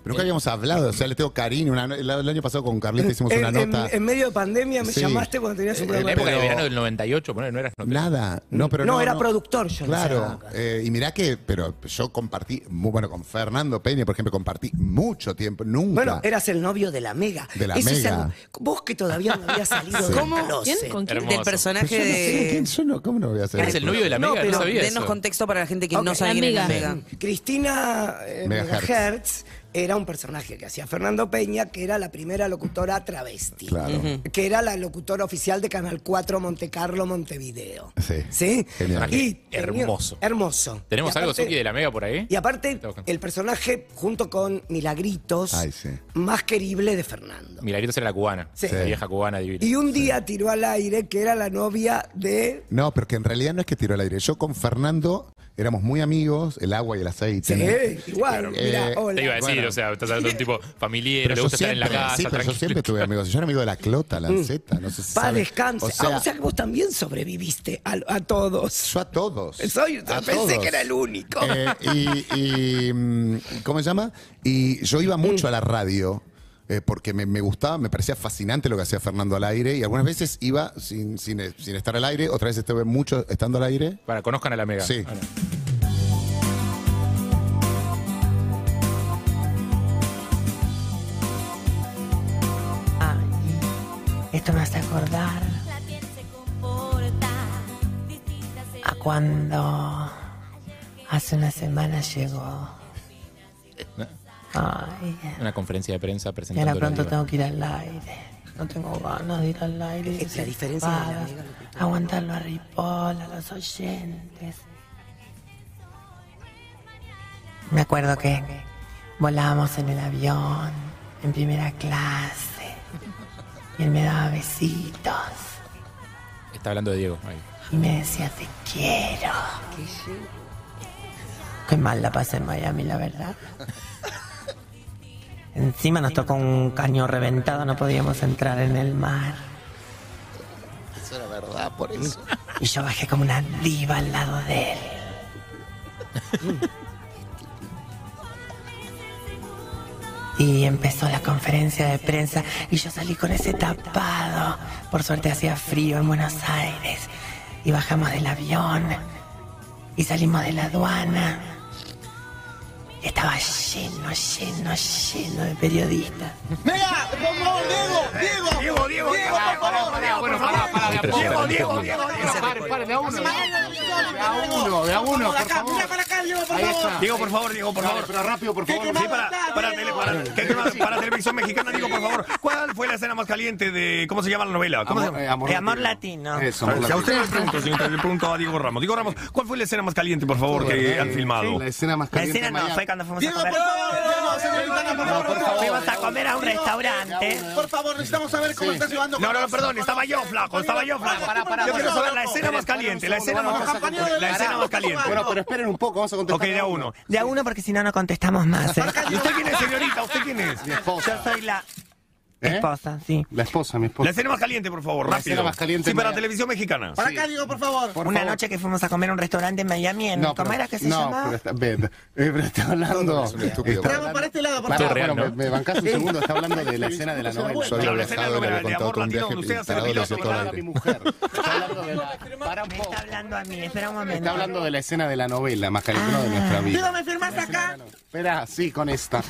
Speaker 7: Pero nunca habíamos hablado, o sea, le tengo cariño. Una- el, el año pasado con Carlita hicimos
Speaker 5: En,
Speaker 7: una
Speaker 5: Eh, en-
Speaker 7: nota.
Speaker 5: en medio de pandemia me
Speaker 7: Sí.
Speaker 5: llamaste cuando tenías
Speaker 7: Eh,
Speaker 5: un
Speaker 3: En la
Speaker 5: programa.
Speaker 7: eh,
Speaker 3: época de
Speaker 7: Pero-
Speaker 3: verano del 98, bueno, no eras no-
Speaker 7: Nada, no, pero
Speaker 5: No,
Speaker 7: no.
Speaker 5: era productor yo Ah, en esa
Speaker 7: Claro,
Speaker 5: época.
Speaker 7: eh, y mirá que, pero yo compartí, muy bueno, con Fernando Peña, por ejemplo, compartí mucho tiempo, nunca.
Speaker 5: Bueno, eras el novio de la Mega.
Speaker 7: De la
Speaker 5: Ese es
Speaker 7: Mega.
Speaker 5: el- vos que todavía no habías salido
Speaker 7: Sí.
Speaker 5: del
Speaker 4: ¿Cómo?
Speaker 5: closet.
Speaker 6: ¿Quién? ¿Con quién?
Speaker 3: Hermoso.
Speaker 4: Del personaje
Speaker 7: Yo no sé
Speaker 4: de...
Speaker 7: quién- yo no- ¿Cómo no voy a hacer
Speaker 3: Eres el novio de la
Speaker 5: No,
Speaker 3: mega, no,
Speaker 5: pero
Speaker 3: sabía
Speaker 4: Denos
Speaker 3: eso.
Speaker 4: contexto para la gente que
Speaker 5: Ok.
Speaker 4: no sabe
Speaker 6: La
Speaker 4: quién es la
Speaker 6: Mega.
Speaker 4: mega.
Speaker 5: Cristina eh,
Speaker 7: Mm. Megahertz.
Speaker 5: Megahertz era un personaje que hacía Fernando Peña, que era la primera locutora travesti.
Speaker 7: Claro.
Speaker 5: Que era la locutora oficial de Canal 4 Monte Carlo Montevideo.
Speaker 7: Sí.
Speaker 5: ¿Sí?
Speaker 7: Genial.
Speaker 5: tenía-
Speaker 3: Hermoso.
Speaker 5: Hermoso.
Speaker 3: ¿Tenemos
Speaker 5: Y
Speaker 3: algo,
Speaker 5: aparte-
Speaker 3: Suki, de la mega por ahí?
Speaker 5: Y aparte,
Speaker 3: Está buscando.
Speaker 5: el personaje, junto con Milagritos,
Speaker 7: Ay, sí.
Speaker 5: más querible de Fernando.
Speaker 3: Milagritos era la cubana.
Speaker 5: Sí.
Speaker 3: La vieja cubana divina.
Speaker 5: Y un día tiró al aire que era la novia de
Speaker 7: No, pero que en realidad no es que tiró al aire. Yo con Fernando éramos muy amigos, el agua y el aceite.
Speaker 5: Sí, igual.
Speaker 7: Eh,
Speaker 5: mirá, hola.
Speaker 3: Te iba a decir,
Speaker 7: Bueno.
Speaker 3: o sea, estás hablando de un tipo familiar,
Speaker 7: Pero
Speaker 3: le
Speaker 7: yo
Speaker 3: gusta estar en la
Speaker 7: siempre-
Speaker 3: casa,
Speaker 7: sí, pero yo
Speaker 3: tranquilo.
Speaker 7: siempre tuve amigos. Yo era amigo de la Clota, Lanceta, no sé si
Speaker 5: Pa,
Speaker 7: sabe.
Speaker 5: Mm. descanse.
Speaker 7: O sea,
Speaker 5: Ah, o sea que vos también sobreviviste a, a todos.
Speaker 7: yo a todos.
Speaker 5: Soy-
Speaker 7: A
Speaker 5: pensé
Speaker 7: todos.
Speaker 5: que era el único.
Speaker 7: Eh, y, y, mm, ¿Cómo se llama? Y yo iba mucho a la radio. eh, porque me, me gustaba, me parecía fascinante lo que hacía Fernando al aire y algunas veces iba sin, sin, sin estar al aire, otras veces estuve mucho estando al aire.
Speaker 3: Para, conozcan a la mega.
Speaker 7: Sí.
Speaker 3: Ah, no.
Speaker 9: Esto me hace acordar a cuando hace una semana llegó.
Speaker 5: ¿Eh?
Speaker 9: Ay,
Speaker 3: Una conferencia de prensa
Speaker 9: y ahora
Speaker 3: presentando la
Speaker 9: pronto
Speaker 3: diva.
Speaker 9: tengo que ir al aire. No tengo ganas de ir al aire.
Speaker 5: Es la diferencia de la amiga locutora.
Speaker 9: Aguantarlo a Ripoll, a los oyentes. Me acuerdo que volábamos en el avión, en primera clase. Y él me daba besitos.
Speaker 3: Está hablando de Diego. ahí.
Speaker 9: Y me decía, te quiero. Qué mal la pasé en Miami, la verdad. Encima nos tocó un caño reventado, no podíamos entrar en el mar. Eso era verdad, por eso. Y yo bajé como una diva al lado de él. Y empezó la conferencia de prensa y yo salí con ese tapado. Por suerte hacía frío en Buenos Aires. Y bajamos del avión y salimos de la aduana. Y estaba lleno, lleno, lleno de periodistas.
Speaker 3: Bueno, pará, pará, de a poco. Diego,
Speaker 7: Diego,
Speaker 10: Diego, por favor, Diego, por favor. Pero rápido, por favor. Sí, para, para, tele- para- ¿qué quemado? Para televisión mexicana, Diego, por favor. ¿Cuál fue la escena más caliente de. ¿Cómo se llama la novela? ¿Cómo se llama?
Speaker 7: Eh,
Speaker 9: De amor latino.
Speaker 7: Eso,
Speaker 10: A ver, si a usted le pregunto, señorita, le pregunto a Diego Ramos. Diego Ramos, ¿cuál fue la escena más caliente, por favor, que han filmado?
Speaker 7: escena más
Speaker 9: La escena no fue cuando fuimos a comer. Fuimos a comer a un restaurante.
Speaker 10: No, no, no, perdón, estaba yo flaco, estaba yo flaco. Yo quiero saber la escena más caliente, la escena más caliente. La escena más caliente.
Speaker 7: pero esperen un poco, vamos a
Speaker 10: Ok, de a uno.
Speaker 9: De a uno porque si no, no contestamos más. ¿eh?
Speaker 10: ¿Y usted quién es, señorita? ¿Usted quién es?
Speaker 9: Yo soy la
Speaker 7: ¿Eh?
Speaker 9: esposa, sí.
Speaker 7: La esposa, mi esposa.
Speaker 10: La escena más caliente, por favor,
Speaker 7: La
Speaker 10: rápido.
Speaker 7: escena más caliente,
Speaker 10: Sí, para
Speaker 7: Maya.
Speaker 10: televisión mexicana.
Speaker 9: Una noche que fuimos a comer a un restaurante en Miami, en, ¿cómo era que se llamaba?
Speaker 11: pero está,
Speaker 7: este-
Speaker 11: ve, ve, eh, pero está hablando.
Speaker 7: Es un estúpido.
Speaker 11: Está-
Speaker 7: Vamos para
Speaker 11: este lado,
Speaker 3: favor. Todo real,
Speaker 11: me,
Speaker 3: ¿no?
Speaker 11: me bancás un segundo, está hablando de la escena de la novela.
Speaker 7: Yo había
Speaker 10: Claro, la escena
Speaker 7: viajado y le
Speaker 10: de
Speaker 7: había contado
Speaker 10: amor
Speaker 7: todo un
Speaker 10: latino,
Speaker 7: viaje
Speaker 10: donde usted hace
Speaker 7: instalado y lo hacía
Speaker 10: piloto,
Speaker 7: todo al
Speaker 10: claro,
Speaker 11: A mi
Speaker 7: aire.
Speaker 11: mujer. Está hablando de la. Para un
Speaker 9: Me está
Speaker 11: poco.
Speaker 9: hablando a mí, espera un
Speaker 11: Está
Speaker 9: momento. Ah.
Speaker 11: hablando de la escena de la novela más caliente, no de nuestra vida.
Speaker 9: me firmás acá?
Speaker 11: Espera, sí, con esta.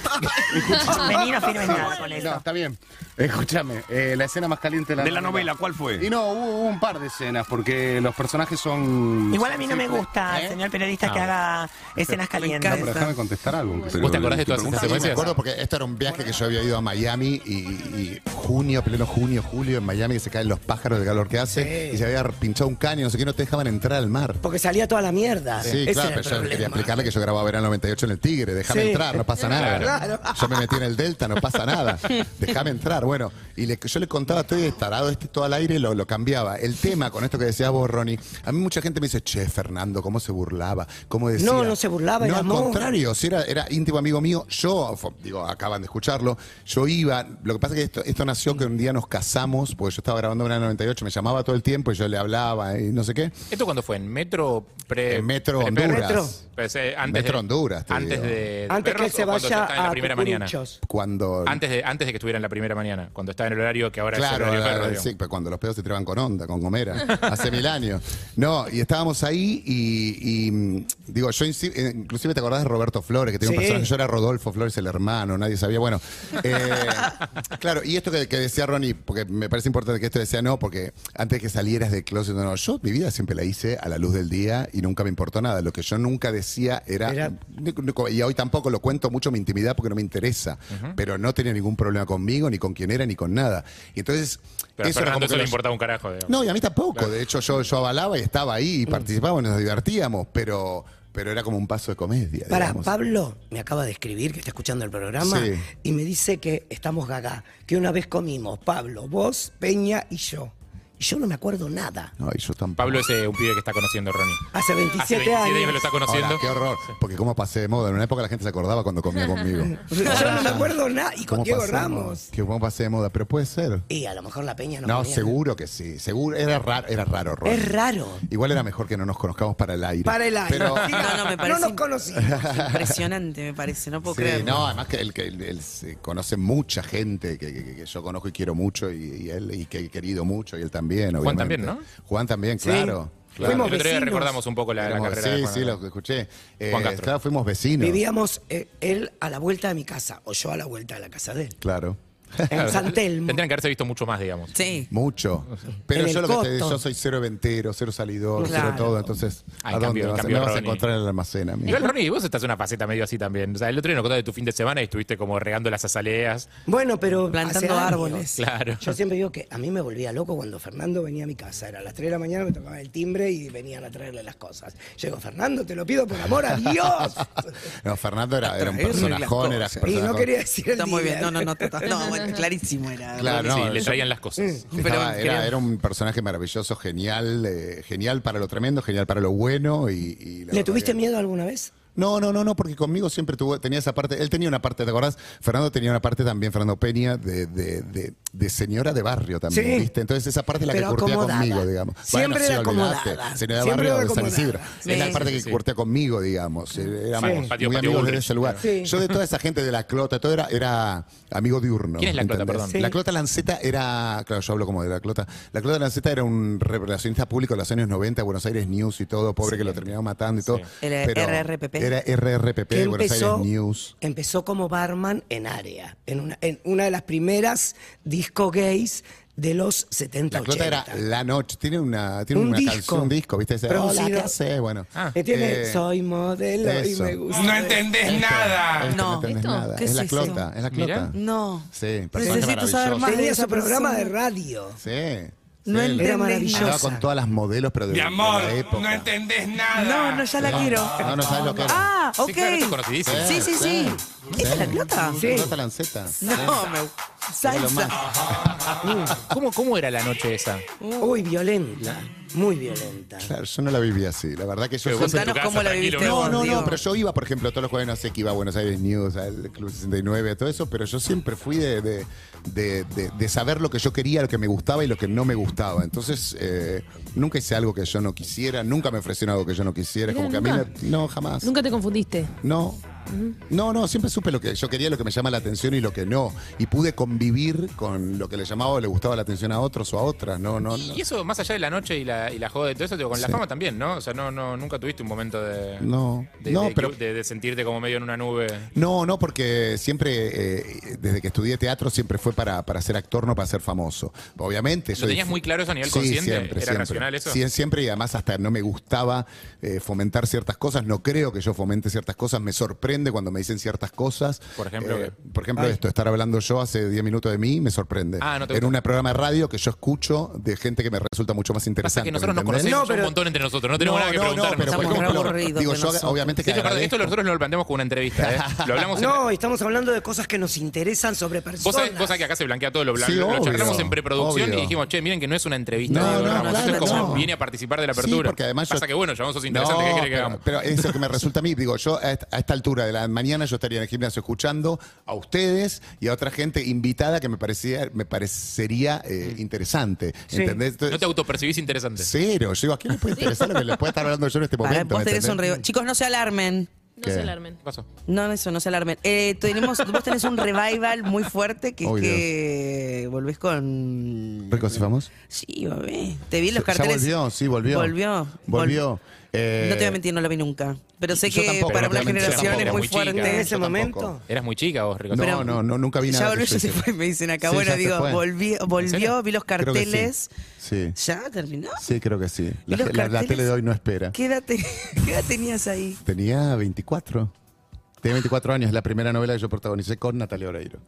Speaker 9: Vení, no firmes nada Ah, con
Speaker 11: No,
Speaker 9: eso.
Speaker 11: está bien. Escúchame, eh, la escena más caliente de la
Speaker 10: De la novela, ¿cuál
Speaker 11: Y
Speaker 10: fue?
Speaker 11: no, hubo, hubo un par de escenas porque los personajes son.
Speaker 9: Igual a mí no me
Speaker 11: siempre-
Speaker 9: gusta,
Speaker 11: ¿Eh?
Speaker 9: señor periodista, que haga escenas
Speaker 11: No, Ah, pero
Speaker 9: calientes.
Speaker 11: déjame contestar algo. aunque sea.
Speaker 3: ¿Vos te acordás de todas esas
Speaker 7: Sí, me
Speaker 3: secuencias?
Speaker 7: acuerdo porque esto era un viaje que yo había ido a Miami y, y junio, pleno junio, julio, en Miami, que se caen los pájaros del calor que hace y se había pinchado un caño, no sé qué, no te dejaban entrar al mar.
Speaker 5: Porque salía toda la mierda.
Speaker 7: Sí,
Speaker 5: Ese
Speaker 7: claro,
Speaker 5: era el
Speaker 7: pero yo
Speaker 5: problema.
Speaker 7: quería explicarle que yo grababa verano 98 en el Tigre, déjame
Speaker 5: Sí.
Speaker 7: entrar, no pasa nada.
Speaker 5: Claro.
Speaker 7: Yo me metí en el Delta, no pasa nada. Déjame entrar. Bueno, y le- yo le contaba, estoy tarado este todo al aire, lo, lo cambiaba. El tema con esto que decías vos, Ronnie, a mí mucha gente me dice, che, Fernando, cómo se burlaba, cómo decía.
Speaker 5: No, no se burlaba,
Speaker 7: No,
Speaker 5: era
Speaker 7: al
Speaker 5: amor.
Speaker 7: contrario, si era, era íntimo amigo mío. Yo, fo- digo, acaban de escucharlo, yo iba, lo que pasa es que esto, esto nació que un día nos casamos, porque yo estaba grabando verano 98, me llamaba todo el tiempo y yo le hablaba y no sé qué.
Speaker 3: ¿Esto cuándo fue? ¿En Metro? Pre,
Speaker 7: En Metro
Speaker 3: pre-
Speaker 7: Honduras.
Speaker 3: Metro. Pues, eh, antes
Speaker 7: Metro
Speaker 3: de,
Speaker 7: Honduras, te
Speaker 3: Antes
Speaker 7: digo.
Speaker 3: de
Speaker 5: Antes que
Speaker 3: Perros
Speaker 5: él se
Speaker 3: o cuando
Speaker 5: vaya
Speaker 3: ya estaba en
Speaker 5: a
Speaker 3: la primera mañana.
Speaker 5: Cucuruchos.
Speaker 7: Cuando
Speaker 3: Antes de, antes de que estuviera en la primera mañana, cuando estaba en el horario que ahora
Speaker 7: Claro,
Speaker 3: es el horario
Speaker 7: la-
Speaker 3: perro,
Speaker 7: la-
Speaker 3: digamos.
Speaker 7: sí, pero cuando los pedos se treban con onda, con gomera, hace mil años. No, y estábamos ahí y, y, mm, digo, yo insi- eh, inclusive te acordás de Roberto Flores, que tenía
Speaker 5: Sí.
Speaker 7: un personaje, yo era Rodolfo Flores, el hermano, nadie sabía, bueno. eh, claro, y esto que, que decía Ronnie, porque me parece importante que esto decía no, porque antes que salieras de closet, no, no, yo mi vida siempre la hice a la luz del día y nunca me importó nada, lo que yo nunca decía era,
Speaker 5: Era-
Speaker 7: y hoy tampoco lo cuento mucho mi intimidad porque no me interesa, pero no tenía ningún problema conmigo, ni con quién era, ni con nada. Y entonces,
Speaker 3: Pero a
Speaker 7: era
Speaker 3: Fernando
Speaker 7: como
Speaker 3: eso
Speaker 7: que
Speaker 3: le
Speaker 7: los-
Speaker 3: importaba un carajo, digamos.
Speaker 7: No, y a mí tampoco. De hecho, yo, yo avalaba y estaba ahí y
Speaker 3: Mm.
Speaker 7: participábamos, nos divertíamos, pero, pero era como un paso de comedia.
Speaker 5: Para,
Speaker 7: digamos.
Speaker 5: Pablo me acaba de escribir que está escuchando el programa
Speaker 7: Sí.
Speaker 5: y me dice que estamos gaga, que una vez comimos Pablo, vos, Peña y yo. Yo no me acuerdo nada.
Speaker 7: No, y yo tampoco.
Speaker 3: Pablo es eh, un pibe que está conociendo a Ronnie.
Speaker 5: Hace 27,
Speaker 3: Hace 27 años
Speaker 5: años.
Speaker 3: que lo está conociendo.
Speaker 7: Ahora, qué horror. Porque cómo pasé de moda. En una época la gente se acordaba cuando comía conmigo.
Speaker 5: Yo no me acuerdo nada. Y con
Speaker 7: ¿Cómo
Speaker 5: Diego
Speaker 7: pasé de moda?
Speaker 5: Ramos.
Speaker 7: Que cómo pasé de moda, pero puede ser.
Speaker 5: Y a lo mejor la peña no
Speaker 7: No,
Speaker 5: comía.
Speaker 7: seguro que sí. Seguro era raro, era raro, Ron.
Speaker 5: Es raro.
Speaker 7: Igual era mejor que no nos conozcamos para el aire.
Speaker 5: Para el aire.
Speaker 7: Pero,
Speaker 5: Sí,
Speaker 4: No, no, me parece.
Speaker 5: nos conocimos.
Speaker 4: Impresionante, me parece. No puedo
Speaker 7: Sí,
Speaker 4: creer.
Speaker 7: no, además que él, que él- él se conoce mucha gente que, que- que yo conozco y quiero mucho y, y él y que he querido mucho y él también.
Speaker 3: Juan
Speaker 7: obviamente.
Speaker 3: también, ¿no?
Speaker 7: Juan también, claro. claro.
Speaker 3: El otro día recordamos un poco la, la
Speaker 7: Éramos-
Speaker 3: carrera
Speaker 7: sí,
Speaker 3: de Juan.
Speaker 7: sí, lo escuché. Eh,
Speaker 3: Juan Castro.
Speaker 7: claro, fuimos vecinos.
Speaker 5: Vivíamos eh, él a la vuelta de mi casa o yo a la vuelta de la casa de él.
Speaker 7: Claro.
Speaker 5: En San Telmo.
Speaker 3: Tendrían que haberse visto mucho más, digamos.
Speaker 4: Sí.
Speaker 7: Mucho. Pero
Speaker 5: En
Speaker 7: yo
Speaker 5: el
Speaker 7: lo que te digo,
Speaker 5: coto.
Speaker 7: yo soy cero ventero, cero salidor,
Speaker 4: Claro.
Speaker 7: cero todo. Entonces,
Speaker 3: Ah, en
Speaker 7: ¿a dónde
Speaker 3: cambio- en
Speaker 7: vas?
Speaker 3: cambio
Speaker 7: Me vas a
Speaker 3: Ronnie.
Speaker 7: encontrar en el almacén, amigo.
Speaker 3: Igual, Ronnie, vos estás en una faceta medio así también. O sea, el otro día nos contaste de tu fin de semana y estuviste como regando las azaleas.
Speaker 5: Bueno, pero
Speaker 4: Plantando
Speaker 5: hace años.
Speaker 4: árboles.
Speaker 3: Claro.
Speaker 5: Yo siempre digo que a mí me volvía loco cuando Fernando venía a mi casa. Era a las 3 de la mañana, me tocaba el timbre y venían a traerle las cosas. Llego, Fernando, te lo pido por amor a Dios.
Speaker 7: No, Fernando era, era un
Speaker 5: Traerle las
Speaker 7: personajón, era
Speaker 5: cosas. Y no
Speaker 7: personajón.
Speaker 5: quería decir el
Speaker 4: Está muy
Speaker 5: día.
Speaker 4: bien. No, no, no. total. No, bueno, clarísimo era.
Speaker 7: Claro,
Speaker 3: sí,
Speaker 7: Ah, no,
Speaker 3: le
Speaker 7: yo-
Speaker 3: traían las cosas.
Speaker 5: Mm,
Speaker 7: Estaba-
Speaker 4: Pero, creo-
Speaker 7: era, era un personaje maravilloso, genial, eh, genial para lo tremendo, genial para lo bueno. Y, y
Speaker 5: ¿Le
Speaker 7: la verdad
Speaker 5: tuviste
Speaker 7: que-
Speaker 5: miedo alguna vez?
Speaker 7: No, no, no, no, porque conmigo siempre tuvo, tenía esa parte, él tenía una parte, ¿te acordás? Fernando tenía una parte también, Fernando Peña, de, de- de- de señora de barrio también,
Speaker 5: Sí.
Speaker 7: ¿viste? Entonces esa parte es la
Speaker 5: Pero
Speaker 7: que curtía
Speaker 5: acomodada.
Speaker 7: conmigo, digamos.
Speaker 5: Siempre era
Speaker 7: olvidate,
Speaker 5: acomodada.
Speaker 7: Señora de
Speaker 5: Siempre
Speaker 7: barrio
Speaker 5: era
Speaker 7: de San
Speaker 5: acomodada.
Speaker 7: Isidro.
Speaker 4: Sí,
Speaker 7: es la parte
Speaker 3: sí,
Speaker 7: que
Speaker 3: sí.
Speaker 7: curtía conmigo, digamos. Eh, Éramos
Speaker 3: Sí. Patio-
Speaker 7: muy
Speaker 3: patio
Speaker 7: amigos de
Speaker 3: Bullrich.
Speaker 7: ese lugar.
Speaker 5: Sí.
Speaker 7: Yo de toda esa gente de la clota, todo era, era amigo diurno.
Speaker 3: ¿Quién es la Clota,
Speaker 7: ¿entendés?
Speaker 3: perdón?
Speaker 5: Sí.
Speaker 7: La Clota Lanceta era, claro, yo hablo como de la Clota. La Clota Lanceta era un relacionista público de los años 90, Buenos Aires News y todo, pobre que lo terminaron matando y todo.
Speaker 4: El
Speaker 7: pero
Speaker 4: RRPP.
Speaker 7: Era RRPP,
Speaker 5: Que
Speaker 7: Buenos Aires News.
Speaker 5: empezó como barman en área, en una, en una de las primeras disco gays de los 70,
Speaker 7: La Clota
Speaker 5: 80.
Speaker 7: era La Noche. Tiene una, tiene
Speaker 5: Un
Speaker 7: una
Speaker 5: disco.
Speaker 7: canción, un disco, ¿viste? Ese, Hola,
Speaker 5: Producido.
Speaker 7: ¿qué haces? Bueno.
Speaker 5: Que tiene,
Speaker 7: eh,
Speaker 5: soy modelo
Speaker 7: eso.
Speaker 5: y me gusta.
Speaker 10: No entendés nada.
Speaker 7: esto
Speaker 4: No.
Speaker 7: no entendés
Speaker 6: ¿Esto?
Speaker 7: nada.
Speaker 4: ¿Qué
Speaker 7: Es
Speaker 4: es
Speaker 7: la
Speaker 4: eso?
Speaker 7: Clota, es la Clota.
Speaker 3: Mirá.
Speaker 4: No.
Speaker 7: Sí, personaje
Speaker 4: Necesito saber
Speaker 7: maravilloso.
Speaker 4: más de
Speaker 5: Tenía
Speaker 4: esa
Speaker 5: su programa de
Speaker 4: persona.
Speaker 5: radio.
Speaker 7: Sí.
Speaker 4: No
Speaker 7: sí.
Speaker 4: entendés
Speaker 5: Era maravillosa.
Speaker 7: Andaba con todas las modelos, pero de,
Speaker 10: Mi
Speaker 7: de
Speaker 10: amor,
Speaker 7: la época.
Speaker 10: no entendés nada.
Speaker 4: No, no, ya la
Speaker 7: No,
Speaker 4: quiero.
Speaker 7: No, no sabes lo que era.
Speaker 4: Ah, ok.
Speaker 3: Sí, claro, esto es conocidísimo.
Speaker 4: Sí, sí, sí. ¿Esa es la Clota?
Speaker 7: Sí. Clota Lanceta.
Speaker 4: No, me... Salsa.
Speaker 3: Ah, ¿Cómo, ¿Cómo era la noche esa?
Speaker 5: Uy, violenta. Muy violenta.
Speaker 7: Claro, yo no la viví así. La verdad que yo...
Speaker 3: Pero
Speaker 7: siempre-
Speaker 3: vos en tu
Speaker 4: Contanos cómo
Speaker 3: casa,
Speaker 4: la
Speaker 3: tranquilo,
Speaker 4: viviste
Speaker 3: ¿no?
Speaker 4: vos,
Speaker 7: No, no,
Speaker 4: digo.
Speaker 7: no, pero yo iba, por ejemplo, a todos los jueves, no sé, que iba a Buenos Aires News, al Club 69, a todo eso, pero yo siempre fui de, de- de- de- de saber lo que yo quería, lo que me gustaba y lo que no me gustaba. Entonces, eh, nunca hice algo que yo no quisiera, nunca me ofrecieron algo que yo no quisiera. Es
Speaker 6: Mirá,
Speaker 7: como que a mí,
Speaker 6: nunca.
Speaker 7: la- no, jamás.
Speaker 6: Nunca te confundiste.
Speaker 7: No. No, no, siempre supe lo que yo quería, lo que me llama la atención y lo que no. Y pude convivir con lo que le llamaba o le gustaba la atención a otros o a otras. No, no, no.
Speaker 3: Y eso, más allá de la noche y la, y la joda y todo eso, digo, con la
Speaker 7: Sí.
Speaker 3: fama también, ¿no? O sea, no, no, nunca tuviste un momento de.
Speaker 7: No.
Speaker 3: de-
Speaker 7: No,
Speaker 3: de-
Speaker 7: pero-
Speaker 3: de- de sentirte como medio en una nube.
Speaker 7: No, no, porque siempre, eh, desde que estudié teatro, siempre fue para, para ser actor, no para ser famoso. Obviamente.
Speaker 3: ¿Lo
Speaker 7: yo
Speaker 3: tenías
Speaker 7: dif-
Speaker 3: muy claro eso a nivel
Speaker 7: Sí,
Speaker 3: consciente?
Speaker 7: siempre,
Speaker 3: ¿Era
Speaker 7: siempre.
Speaker 3: racional eso?
Speaker 7: Sí, siempre y además hasta no me gustaba eh, fomentar ciertas cosas. No creo que yo fomente ciertas cosas. Me sorprende cuando me dicen ciertas cosas.
Speaker 3: Por ejemplo,
Speaker 7: Eh,
Speaker 3: ¿qué?
Speaker 7: por ejemplo esto, estar hablando yo hace 10 minutos de mí, me sorprende.
Speaker 3: Ah, no te
Speaker 7: en
Speaker 3: gusta.
Speaker 7: un programa de radio que yo escucho de gente que me resulta mucho más
Speaker 3: Pasa
Speaker 7: interesante.
Speaker 3: que nosotros nos
Speaker 7: ¿me entendés?
Speaker 3: conocemos un montón entre nosotros, no tenemos nada que
Speaker 7: no, no,
Speaker 3: preguntarnos.
Speaker 7: pero por
Speaker 4: Estamos
Speaker 7: ejemplo,
Speaker 4: aburridos
Speaker 7: digo,
Speaker 4: que
Speaker 7: yo
Speaker 4: nosotros.
Speaker 7: obviamente que
Speaker 3: De hecho, perdón, esto
Speaker 7: agradezco-
Speaker 3: nosotros no lo planteamos como una entrevista, ¿eh? Lo hablamos en-
Speaker 5: No, estamos hablando de cosas que nos interesan sobre personas.
Speaker 3: Vos sabés, vos sabés que acá se blanquea todo lo blanco.
Speaker 7: Sí,
Speaker 3: lo
Speaker 7: obvio,
Speaker 3: charlamos en preproducción
Speaker 7: obvio.
Speaker 3: y dijimos, che, miren que no es una entrevista.
Speaker 7: No,
Speaker 3: Diego
Speaker 7: no,
Speaker 3: Ramos. Esto
Speaker 7: claro,
Speaker 3: es como
Speaker 7: no.
Speaker 3: viene a participar de la
Speaker 7: Sí,
Speaker 3: apertura.
Speaker 7: porque además yo-
Speaker 3: Pasa que bueno, llamamos a sos interesante, ¿qué
Speaker 7: No,
Speaker 3: quiere que
Speaker 7: pero,
Speaker 3: hagamos?
Speaker 7: pero eso que me resulta a mí, digo, yo a esta, a esta altura de la mañana yo estaría en el gimnasio escuchando a ustedes y a otra gente invitada que me parecía, me parecería eh,
Speaker 4: Mm.
Speaker 7: interesante. ¿Entendés? Entonces,
Speaker 3: No te autopercibís interesante.
Speaker 7: Cero. Yo digo, ¿a quién le puede interesar lo que le pueda estar hablando yo en este
Speaker 4: Para,
Speaker 7: momento?
Speaker 4: vos tenés un
Speaker 7: ¿entendés?
Speaker 4: revival. Chicos, no se alarmen.
Speaker 6: No
Speaker 7: ¿Qué?
Speaker 6: se alarmen.
Speaker 3: ¿Qué pasó?
Speaker 4: No, eso, no se alarmen. Eh, tenemos, vos tenés un revival muy fuerte que es
Speaker 7: Oh, Dios.
Speaker 4: que volvés con...
Speaker 7: Ricos y famosos.
Speaker 4: Sí, bebé. Te vi en los
Speaker 7: Ya
Speaker 4: carteles.
Speaker 7: volvió, sí, volvió.
Speaker 4: Volvió.
Speaker 7: Volvió. Eh,
Speaker 4: No te voy a mentir, no lo vi nunca. Pero sé
Speaker 7: yo
Speaker 4: que
Speaker 7: tampoco,
Speaker 4: para
Speaker 7: no te
Speaker 4: una
Speaker 7: voy a mentir,
Speaker 4: generación
Speaker 7: tampoco,
Speaker 4: es muy,
Speaker 3: muy chica.
Speaker 4: fuerte.
Speaker 5: en ese
Speaker 7: Yo tampoco.
Speaker 5: momento.
Speaker 3: Eras muy chica vos, Rico.
Speaker 7: No, no, no, nunca vi
Speaker 4: Ya
Speaker 7: nada. que
Speaker 4: volvió,
Speaker 7: yo
Speaker 4: ya se
Speaker 7: hice.
Speaker 4: fue, me dicen acá.
Speaker 7: Sí,
Speaker 4: bueno,
Speaker 7: ya se
Speaker 4: digo,
Speaker 7: fue.
Speaker 4: volvió, volvió, vi los
Speaker 7: Creo que sí.
Speaker 4: carteles.
Speaker 7: Sí.
Speaker 4: ¿Ya terminó?
Speaker 7: Sí, creo que sí. La,
Speaker 4: ¿Y los
Speaker 7: la- la
Speaker 4: carteles?
Speaker 7: tele de hoy no espera.
Speaker 4: ¿Qué edad, te- qué edad tenías ahí?
Speaker 7: Tenía 24. Tenía 24 años, es la primera novela que yo protagonicé con Natalia Oreiro.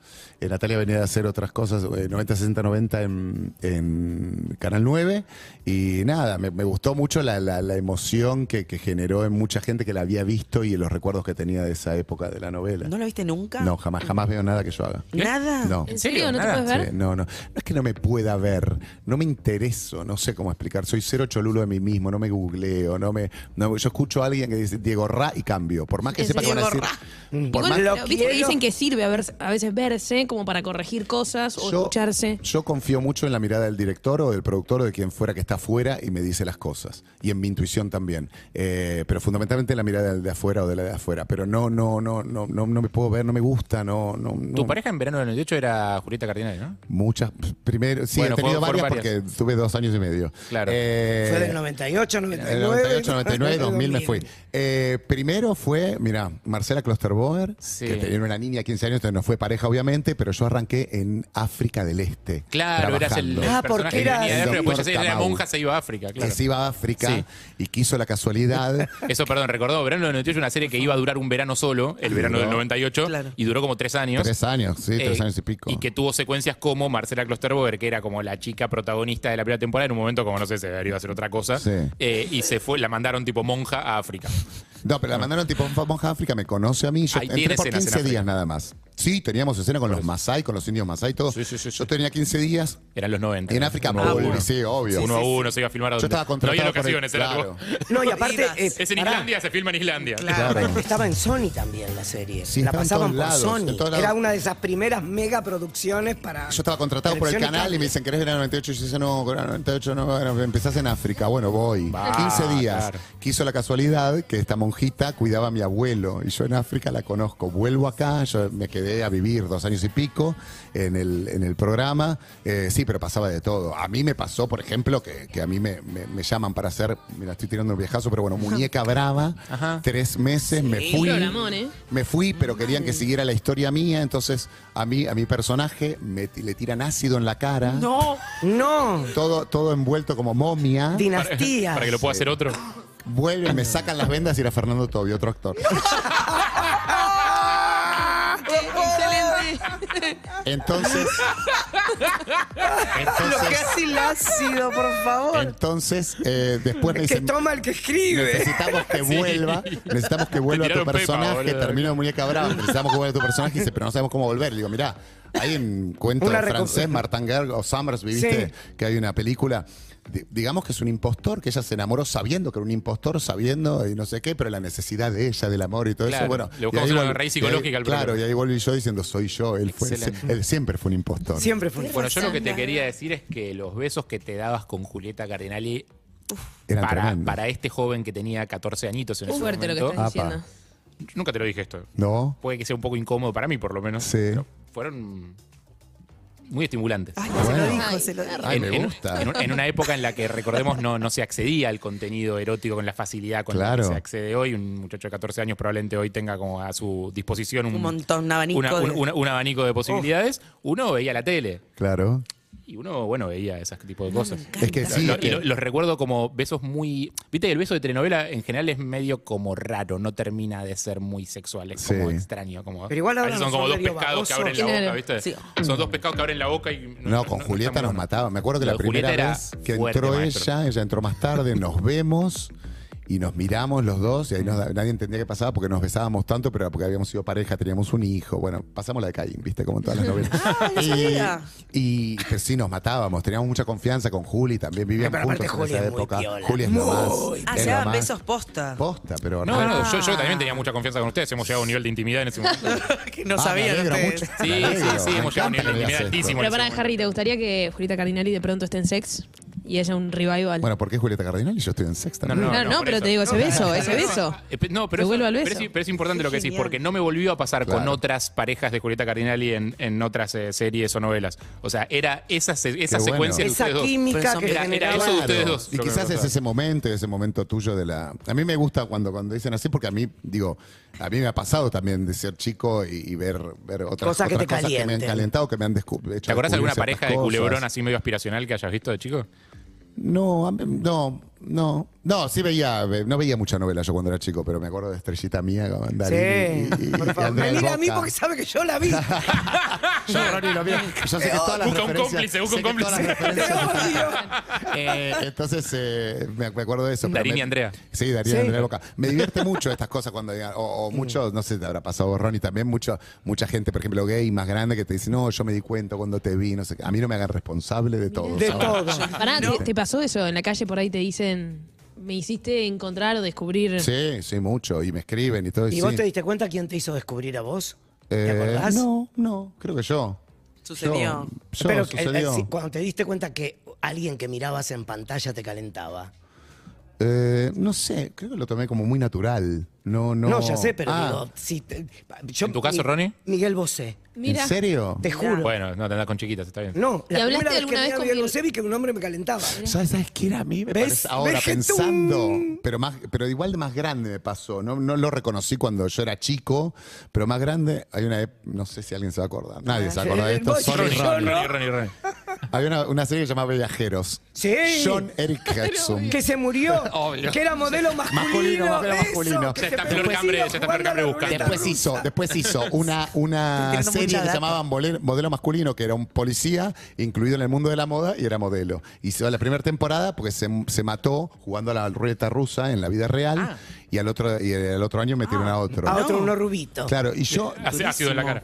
Speaker 7: Eh, Natalia venía de hacer otras cosas, eh, 90, 60, 90 en, en Canal 9. Y nada, me, me gustó mucho la, la- la emoción que, que generó en mucha gente que la había visto y los recuerdos que tenía de esa época de la novela.
Speaker 12: ¿No lo viste nunca?
Speaker 7: No, jamás, jamás veo nada que yo haga.
Speaker 12: ¿Nada?
Speaker 7: No.
Speaker 12: ¿En serio? ¿No te puedes ver?
Speaker 7: Sí, no, no. No es que no me pueda ver, no me intereso, no sé cómo explicar. Soy cero cholulo de mí mismo, no me googleo, no me. no- yo escucho a alguien que dice Diego Ra y cambio. Por más que
Speaker 6: ¿En
Speaker 7: sepa que van a
Speaker 6: serio?
Speaker 7: decir.
Speaker 3: Mm.
Speaker 7: Por
Speaker 6: Igual,
Speaker 7: más-
Speaker 6: pero viste que dicen que sirve a, ver- a veces verse como para corregir cosas o escucharse.
Speaker 7: Yo confío mucho en la mirada del director o del productor o de quien fuera que está afuera y me dice las cosas. Y en mi intuición también. Eh, pero fundamentalmente en la mirada del de afuera o de la de afuera. Pero no, no, no, no, no, no me puedo ver, no me gusta, no, no, no.
Speaker 3: Tu pareja en verano del 98 era Julieta Cardinale, ¿no?
Speaker 7: Muchas. Primero, sí,
Speaker 3: Bueno,
Speaker 7: he tenido
Speaker 3: fueron-
Speaker 7: varias,
Speaker 3: fueron
Speaker 7: porque tuve dos años y medio.
Speaker 3: Claro.
Speaker 7: Eh,
Speaker 5: Fue del 98, 99.
Speaker 7: el 98, 99, 2000 me fui. Eh, primero fue, mira, Marcela Klosterboer, que tenía una niña de 15 años, entonces no fue pareja, obviamente, pero yo arranqué en África del Este.
Speaker 3: Claro, eras el, el
Speaker 7: trabajando.
Speaker 3: personaje que venía de África, pues ya sé, era monja, se iba a África, claro.
Speaker 7: Que se iba a África
Speaker 3: Sí.
Speaker 7: y quiso la casualidad.
Speaker 3: Eso, perdón, recordó, verano del 98 es una serie que iba a durar un verano solo, el verano
Speaker 7: Duró.
Speaker 3: del 98, y duró como tres años.
Speaker 7: Tres años, sí, tres
Speaker 3: Eh,
Speaker 7: años y pico.
Speaker 3: Y que tuvo secuencias como Marcela Klosterboer, que era como la chica protagonista de la primera temporada, en un momento como, no sé, se iba a hacer otra cosa.
Speaker 7: Sí.
Speaker 3: Eh, y se fue, la mandaron tipo monja a África.
Speaker 7: No, pero la mandaron tipo un famoso a África, me conoce a mí. Yo
Speaker 3: Ah. Ahí tiene
Speaker 7: entré por
Speaker 3: escenas en
Speaker 7: 15
Speaker 3: África.
Speaker 7: días nada más. Sí, teníamos escena con los Masai, con los indios Masai, todo. Yo tenía 15 días.
Speaker 3: Eran los 90.
Speaker 7: En África,
Speaker 3: Uno a
Speaker 7: volví,
Speaker 3: uno.
Speaker 7: sí, obvio.
Speaker 3: Uno a uno, se iba a filmar a
Speaker 7: Yo
Speaker 3: donde-
Speaker 7: estaba
Speaker 3: No había
Speaker 7: contratado por el-
Speaker 3: locaciones, era
Speaker 7: claro.
Speaker 3: tipo-
Speaker 5: No, y aparte, eh,
Speaker 3: es en
Speaker 5: pará.
Speaker 3: Islandia, se filma en Islandia.
Speaker 5: Claro. Estaba en Sony también la serie.
Speaker 7: Sí,
Speaker 5: la
Speaker 7: estaba en
Speaker 5: pasaban por
Speaker 7: todos lados, en todos
Speaker 5: Sony.
Speaker 7: lados.
Speaker 5: Era una de esas primeras mega producciones para.
Speaker 7: Yo estaba contratado por el
Speaker 5: Televisión y
Speaker 7: canal y me dicen, ¿querés ver a 98? Y yo decía, no, verano 98 no, bueno, empezás en África. Bueno, voy.
Speaker 5: Va,
Speaker 7: 15 días.
Speaker 5: claro.
Speaker 7: Quiso la casualidad que esta monjita cuidaba a mi abuelo. Y yo en África la conozco. Vuelvo acá, yo me quedé a vivir dos años y pico en el, en el programa. Eh, sí, pero pasaba de todo. A mí me pasó, por ejemplo, que, que a mí me, me- me llaman para hacer, mira, estoy tirando un viejazo, pero bueno, Muñeca Brava. Tres meses, me
Speaker 6: Sí,
Speaker 7: fui.
Speaker 6: programón, ¿eh?
Speaker 7: Me fui, pero querían que siguiera la historia mía, entonces a mí, a mi personaje, me ti- le tiran ácido en la cara.
Speaker 12: No.
Speaker 5: No.
Speaker 7: Todo, todo envuelto como momia.
Speaker 5: Dinastías.
Speaker 3: Para que lo pueda hacer otro.
Speaker 7: Vuelve, me sacan las vendas y era Fernando Tobio, otro actor.
Speaker 12: eh,
Speaker 6: Excelente.
Speaker 7: Entonces, Entonces-
Speaker 5: Lo que hace el ácido, por favor.
Speaker 7: entonces eh, después me
Speaker 5: Es que
Speaker 7: dicen,
Speaker 5: toma el que escribe.
Speaker 7: necesitamos que
Speaker 5: Sí.
Speaker 7: vuelva, necesitamos que vuelva
Speaker 5: Te
Speaker 7: tu
Speaker 5: tiraron pepa,
Speaker 7: personaje,
Speaker 5: boludo.
Speaker 7: termino de muñeca brava, necesitamos que vuelva tu personaje, y dice, pero no sabemos cómo volver. Le digo, mirá, hay un cuento
Speaker 5: Una reco-
Speaker 7: francés, Martin Gerg o Summers, viviste que hay una película. di- Digamos que es un impostor, que ella se enamoró sabiendo que era un impostor, sabiendo y no sé qué, pero la necesidad de ella, del amor y todo
Speaker 3: Claro,
Speaker 7: eso. Bueno,
Speaker 3: le buscamos
Speaker 7: y ahí
Speaker 3: una
Speaker 7: vol-
Speaker 3: raíz
Speaker 7: y ahí-
Speaker 3: psicológica al
Speaker 7: Claro,
Speaker 3: problema.
Speaker 7: y ahí volví yo diciendo, soy yo, él fue
Speaker 3: Excelente.
Speaker 7: él siempre fue un impostor.
Speaker 3: Bueno, yo lo que te quería decir es que los besos que te dabas con Julieta Cardinali
Speaker 7: Eran
Speaker 3: para,
Speaker 7: tremendos.
Speaker 3: para este joven que tenía 14 añitos en
Speaker 6: Qué
Speaker 3: ese
Speaker 6: fuerte lo que
Speaker 3: momento.
Speaker 6: estás diciendo. Apa.
Speaker 3: Yo Nunca te lo dije esto.
Speaker 7: No,
Speaker 3: Puede que sea un poco incómodo para mí, por lo menos.
Speaker 7: sí.
Speaker 3: Fueron muy estimulantes.
Speaker 7: Bueno.
Speaker 12: se lo dijo.
Speaker 7: Ay,
Speaker 3: En-
Speaker 7: me
Speaker 3: en-
Speaker 7: gusta.
Speaker 3: En, un- en una época en la que, recordemos, no, no se accedía al contenido erótico con la facilidad con la
Speaker 7: Claro.
Speaker 3: que se accede hoy. Un muchacho de 14 años probablemente hoy tenga como a su disposición un,
Speaker 12: Un montón, un abanico.
Speaker 3: una-
Speaker 12: de-
Speaker 3: un- una- un abanico de posibilidades. Uno veía la tele.
Speaker 7: Claro.
Speaker 3: Y uno, bueno, veía ese tipo de cosas.
Speaker 7: Es que sí, eh.
Speaker 3: Lo-
Speaker 7: es que-
Speaker 3: y lo- los recuerdo como besos muy. Viste que el beso de telenovela en general es medio como raro, no termina de ser muy sexual, es como
Speaker 7: Sí.
Speaker 3: extraño. Como,
Speaker 5: Pero igual
Speaker 3: a
Speaker 5: ahora
Speaker 3: veces
Speaker 5: no
Speaker 3: son como
Speaker 5: son
Speaker 3: dos
Speaker 5: medio
Speaker 3: pescados que abren
Speaker 5: babosos.
Speaker 3: la boca,
Speaker 5: Claro.
Speaker 3: ¿viste?
Speaker 5: Sí.
Speaker 3: Son dos pescados que abren la boca y.
Speaker 7: No, con Julieta nos mataban. Me acuerdo que
Speaker 3: Lo
Speaker 7: la
Speaker 3: de Julieta
Speaker 7: primera
Speaker 3: era
Speaker 7: vez que
Speaker 3: fuerte,
Speaker 7: entró
Speaker 3: maestro.
Speaker 7: ella, ella entró más tarde, nos vemos y nos miramos los dos y ahí nos da- nadie entendía qué pasaba porque nos besábamos tanto, pero era porque habíamos sido pareja, teníamos un hijo. Bueno, pasamos la de Caín, ¿viste? Como en todas las novelas.
Speaker 4: Ah,
Speaker 12: no sabía.
Speaker 7: y, y pero sí, nos matábamos. Teníamos mucha confianza con Juli, también vivíamos
Speaker 12: Pero aparte
Speaker 7: juntos
Speaker 12: Juli
Speaker 7: en esa
Speaker 12: es muy
Speaker 7: época.
Speaker 12: piola.
Speaker 7: Juli es lo más.
Speaker 12: Ah,
Speaker 7: es
Speaker 12: se
Speaker 7: lo
Speaker 12: daban
Speaker 7: más.
Speaker 12: besos posta.
Speaker 7: Posta, pero
Speaker 3: No, no,
Speaker 7: re-
Speaker 3: yo,
Speaker 5: Ah.
Speaker 3: yo también tenía mucha confianza con ustedes. Hemos llegado a un nivel de intimidad en ese momento.
Speaker 12: que no
Speaker 7: Ah, me
Speaker 12: sabían
Speaker 7: alegro
Speaker 12: ustedes.
Speaker 7: mucho.
Speaker 3: Sí,
Speaker 7: Me
Speaker 3: sí,
Speaker 7: alegro,
Speaker 3: sí,
Speaker 7: me
Speaker 3: hemos llegado a un nivel de
Speaker 7: encanta que
Speaker 3: intimidad
Speaker 7: veas esto.
Speaker 3: altísimo.
Speaker 6: Pero para Harry, ¿te gustaría que Julita Cardinali de pronto esté en sex y haya un revival?
Speaker 7: Bueno, ¿por qué Julieta Cardinal y yo estoy en sexta?
Speaker 3: No,
Speaker 6: no, no,
Speaker 3: por
Speaker 6: pero
Speaker 3: eso.
Speaker 6: te digo, ese
Speaker 3: No,
Speaker 6: beso,
Speaker 3: no,
Speaker 6: ese
Speaker 3: no,
Speaker 6: beso.
Speaker 3: Eh, pe- No, pero,
Speaker 6: Te
Speaker 3: eso-
Speaker 6: vuelvo al
Speaker 3: pero
Speaker 6: beso.
Speaker 3: es, pero es importante lo que decís,
Speaker 6: genial.
Speaker 3: porque no me volvió a pasar con
Speaker 7: Claro.
Speaker 3: otras parejas de Julieta Cardinali en, en otras eh, series o novelas. O sea, era esa, se- esa
Speaker 7: Qué bueno.
Speaker 3: secuencia de
Speaker 7: Esa
Speaker 3: ustedes dos.
Speaker 7: química
Speaker 3: Pero son-
Speaker 7: que
Speaker 3: era, era
Speaker 7: generaba.
Speaker 3: eso de ustedes
Speaker 7: Claro.
Speaker 3: dos.
Speaker 7: Y
Speaker 3: lo que me
Speaker 7: quizás es
Speaker 3: pasaba.
Speaker 7: ese momento, ese momento tuyo de la. A mí me gusta cuando, cuando dicen así, porque a mí, digo, a mí me ha pasado también de ser chico y, y ver, ver otras
Speaker 5: Cosas que
Speaker 7: otras
Speaker 5: te
Speaker 7: cosas que me han
Speaker 5: calienten.
Speaker 7: calentado, que me han descu- hecho.
Speaker 3: ¿Te acordás de
Speaker 7: descubrir
Speaker 3: alguna
Speaker 7: ciertas
Speaker 3: pareja de
Speaker 7: cosas.
Speaker 3: culebrón así medio aspiracional que hayas visto de chico?
Speaker 7: No, a mí- no. No, no, sí veía, ve- no veía mucha novela yo cuando era chico, pero me acuerdo de Estrellita Mía, Darín
Speaker 5: Sí,
Speaker 7: y- y- y-
Speaker 5: por
Speaker 7: y
Speaker 5: favor.
Speaker 7: Andrea
Speaker 5: Me mira a mí
Speaker 7: Boca.
Speaker 5: porque sabe que yo la vi.
Speaker 7: Yo, Ronnie, lo mira. Yo sé que todas las
Speaker 3: Busca un
Speaker 7: referencias-
Speaker 3: cómplice, busca
Speaker 7: sé
Speaker 3: un
Speaker 7: que todas
Speaker 3: cómplice.
Speaker 7: las referencias-
Speaker 3: Eh,
Speaker 7: Entonces, eh, me, me acuerdo de eso. pero
Speaker 3: Darín
Speaker 7: me-
Speaker 3: y Andrea.
Speaker 7: Sí, Darín
Speaker 3: Sí.
Speaker 7: y Andrea Boca. Me divierte mucho estas cosas cuando digan, o, o mucho, no sé, te habrá pasado Ronnie también, mucho, mucha gente, por ejemplo, gay más grande que te dice, no, yo me di cuenta cuando te vi, no sé qué. A mí no me hagan responsable de todo. ¿sabes?
Speaker 6: Pará, ¿te, te pasó eso? En la calle por ahí te dicen, me hiciste encontrar o descubrir.
Speaker 7: Sí, sí, mucho. Y me escriben y todo.
Speaker 5: ¿Y
Speaker 7: sí.
Speaker 5: vos te diste cuenta quién te hizo descubrir a vos?
Speaker 7: Eh,
Speaker 5: acordás?
Speaker 7: No, no, creo que yo.
Speaker 5: Sucedió.
Speaker 7: Yo, yo
Speaker 5: Pero eh, eh,
Speaker 7: sucedió.
Speaker 5: sí, cuando te diste cuenta que alguien que mirabas en pantalla te calentaba.
Speaker 7: Eh, no sé, creo que lo tomé como muy natural. No, no.
Speaker 5: No, ya sé, pero
Speaker 7: Ah,
Speaker 5: digo, si te- yo-
Speaker 3: ¿En tu caso, Ronnie?
Speaker 5: Miguel Bosé.
Speaker 7: ¿En serio?
Speaker 5: Te juro.
Speaker 3: Bueno, no, te andás con chiquitas, está bien.
Speaker 5: No,
Speaker 6: ¿Y
Speaker 5: la
Speaker 6: hablaste
Speaker 5: primera vez que
Speaker 6: alguna vez
Speaker 5: vi a
Speaker 6: con
Speaker 5: Miguel
Speaker 6: Miguel?
Speaker 5: Bosé vi que un hombre me calentaba.
Speaker 7: ¿Sabes, sabes qué era a mí? Me
Speaker 5: ¿Ves?
Speaker 7: parece ahora
Speaker 5: ¿Ves que tú-
Speaker 7: pensando, pero más, pero igual de más grande me pasó. No, no lo reconocí cuando yo era chico, pero más grande hay una, ep- no sé si alguien se va a acordar. Nadie se va a acordar de esto.
Speaker 5: Vos y
Speaker 7: Solo
Speaker 5: yo,
Speaker 7: Ronnie.
Speaker 5: ¿no?
Speaker 3: Ronnie, Ronnie.
Speaker 7: Había una, una serie que se llamaba Viajeros.
Speaker 5: Sí.
Speaker 7: John Eric Hexum.
Speaker 5: Que se murió.
Speaker 7: Obvio.
Speaker 5: Que era modelo masculino.
Speaker 7: Masculino, masculino,
Speaker 5: eso,
Speaker 7: masculino.
Speaker 5: que
Speaker 3: Ya
Speaker 5: se
Speaker 3: está
Speaker 5: pegó
Speaker 3: Flor Cambre, ya
Speaker 5: vecino
Speaker 3: está Flor
Speaker 5: jugando a la
Speaker 3: Cambre buscando.
Speaker 5: ruleta
Speaker 7: Después
Speaker 5: rusa.
Speaker 7: hizo, después hizo una,
Speaker 5: Estoy
Speaker 7: una
Speaker 5: tirando
Speaker 7: serie
Speaker 5: mucha
Speaker 7: que se
Speaker 5: data.
Speaker 7: llamaba Modelo, Modelo Masculino, que era un policía incluido en el mundo de la moda y era modelo. Hizo la primera temporada porque se, se mató jugando a la ruleta rusa en la vida real y al otro, y el otro año metieron a otro.
Speaker 5: A Ah. otro uno rubito.
Speaker 7: Claro, y yo.
Speaker 3: Ha, ha sido en la cara.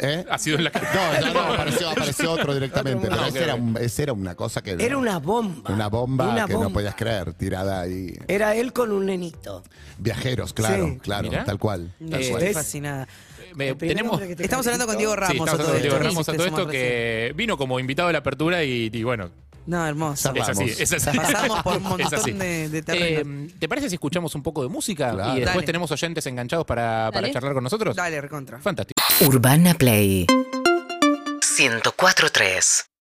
Speaker 7: ¿Eh?
Speaker 3: Ha sido en la cara.
Speaker 7: No, no, no, apareció, apareció otro directamente. pero ese, era un- ese era una cosa que.
Speaker 5: Era una bomba.
Speaker 7: una bomba
Speaker 5: Una
Speaker 7: que no
Speaker 5: bomba.
Speaker 7: podías creer, tirada ahí.
Speaker 5: Era él con un nenito.
Speaker 7: Viajeros, claro,
Speaker 5: Sí.
Speaker 7: claro,
Speaker 3: Mirá.
Speaker 7: tal cual.
Speaker 12: No,
Speaker 7: tal
Speaker 3: Eh,
Speaker 12: estoy
Speaker 7: cual.
Speaker 12: fascinada.
Speaker 3: Me-
Speaker 5: El primer
Speaker 3: tenemos.
Speaker 5: hombre que te
Speaker 12: Eh, Estamos hablando con Diego
Speaker 3: Sí,
Speaker 12: Ramos.
Speaker 3: estamos
Speaker 12: a todo
Speaker 3: hablando de Diego
Speaker 12: esto.
Speaker 3: Ramos a todo esto que vino como invitado a la apertura y, y bueno,
Speaker 12: No, hermoso.
Speaker 3: es así,
Speaker 7: Charlamos.
Speaker 3: es así.
Speaker 12: Pasamos por un
Speaker 3: Es así.
Speaker 12: montón de, de terreno.
Speaker 3: Eh, ¿Te parece si escuchamos un poco de música?
Speaker 7: Claro.
Speaker 3: Y después
Speaker 12: Dale.
Speaker 3: tenemos oyentes enganchados para, para
Speaker 6: Dale.
Speaker 3: charlar con nosotros.
Speaker 12: Dale, recontra.
Speaker 3: Fantástico.
Speaker 13: Urbana Play 104.3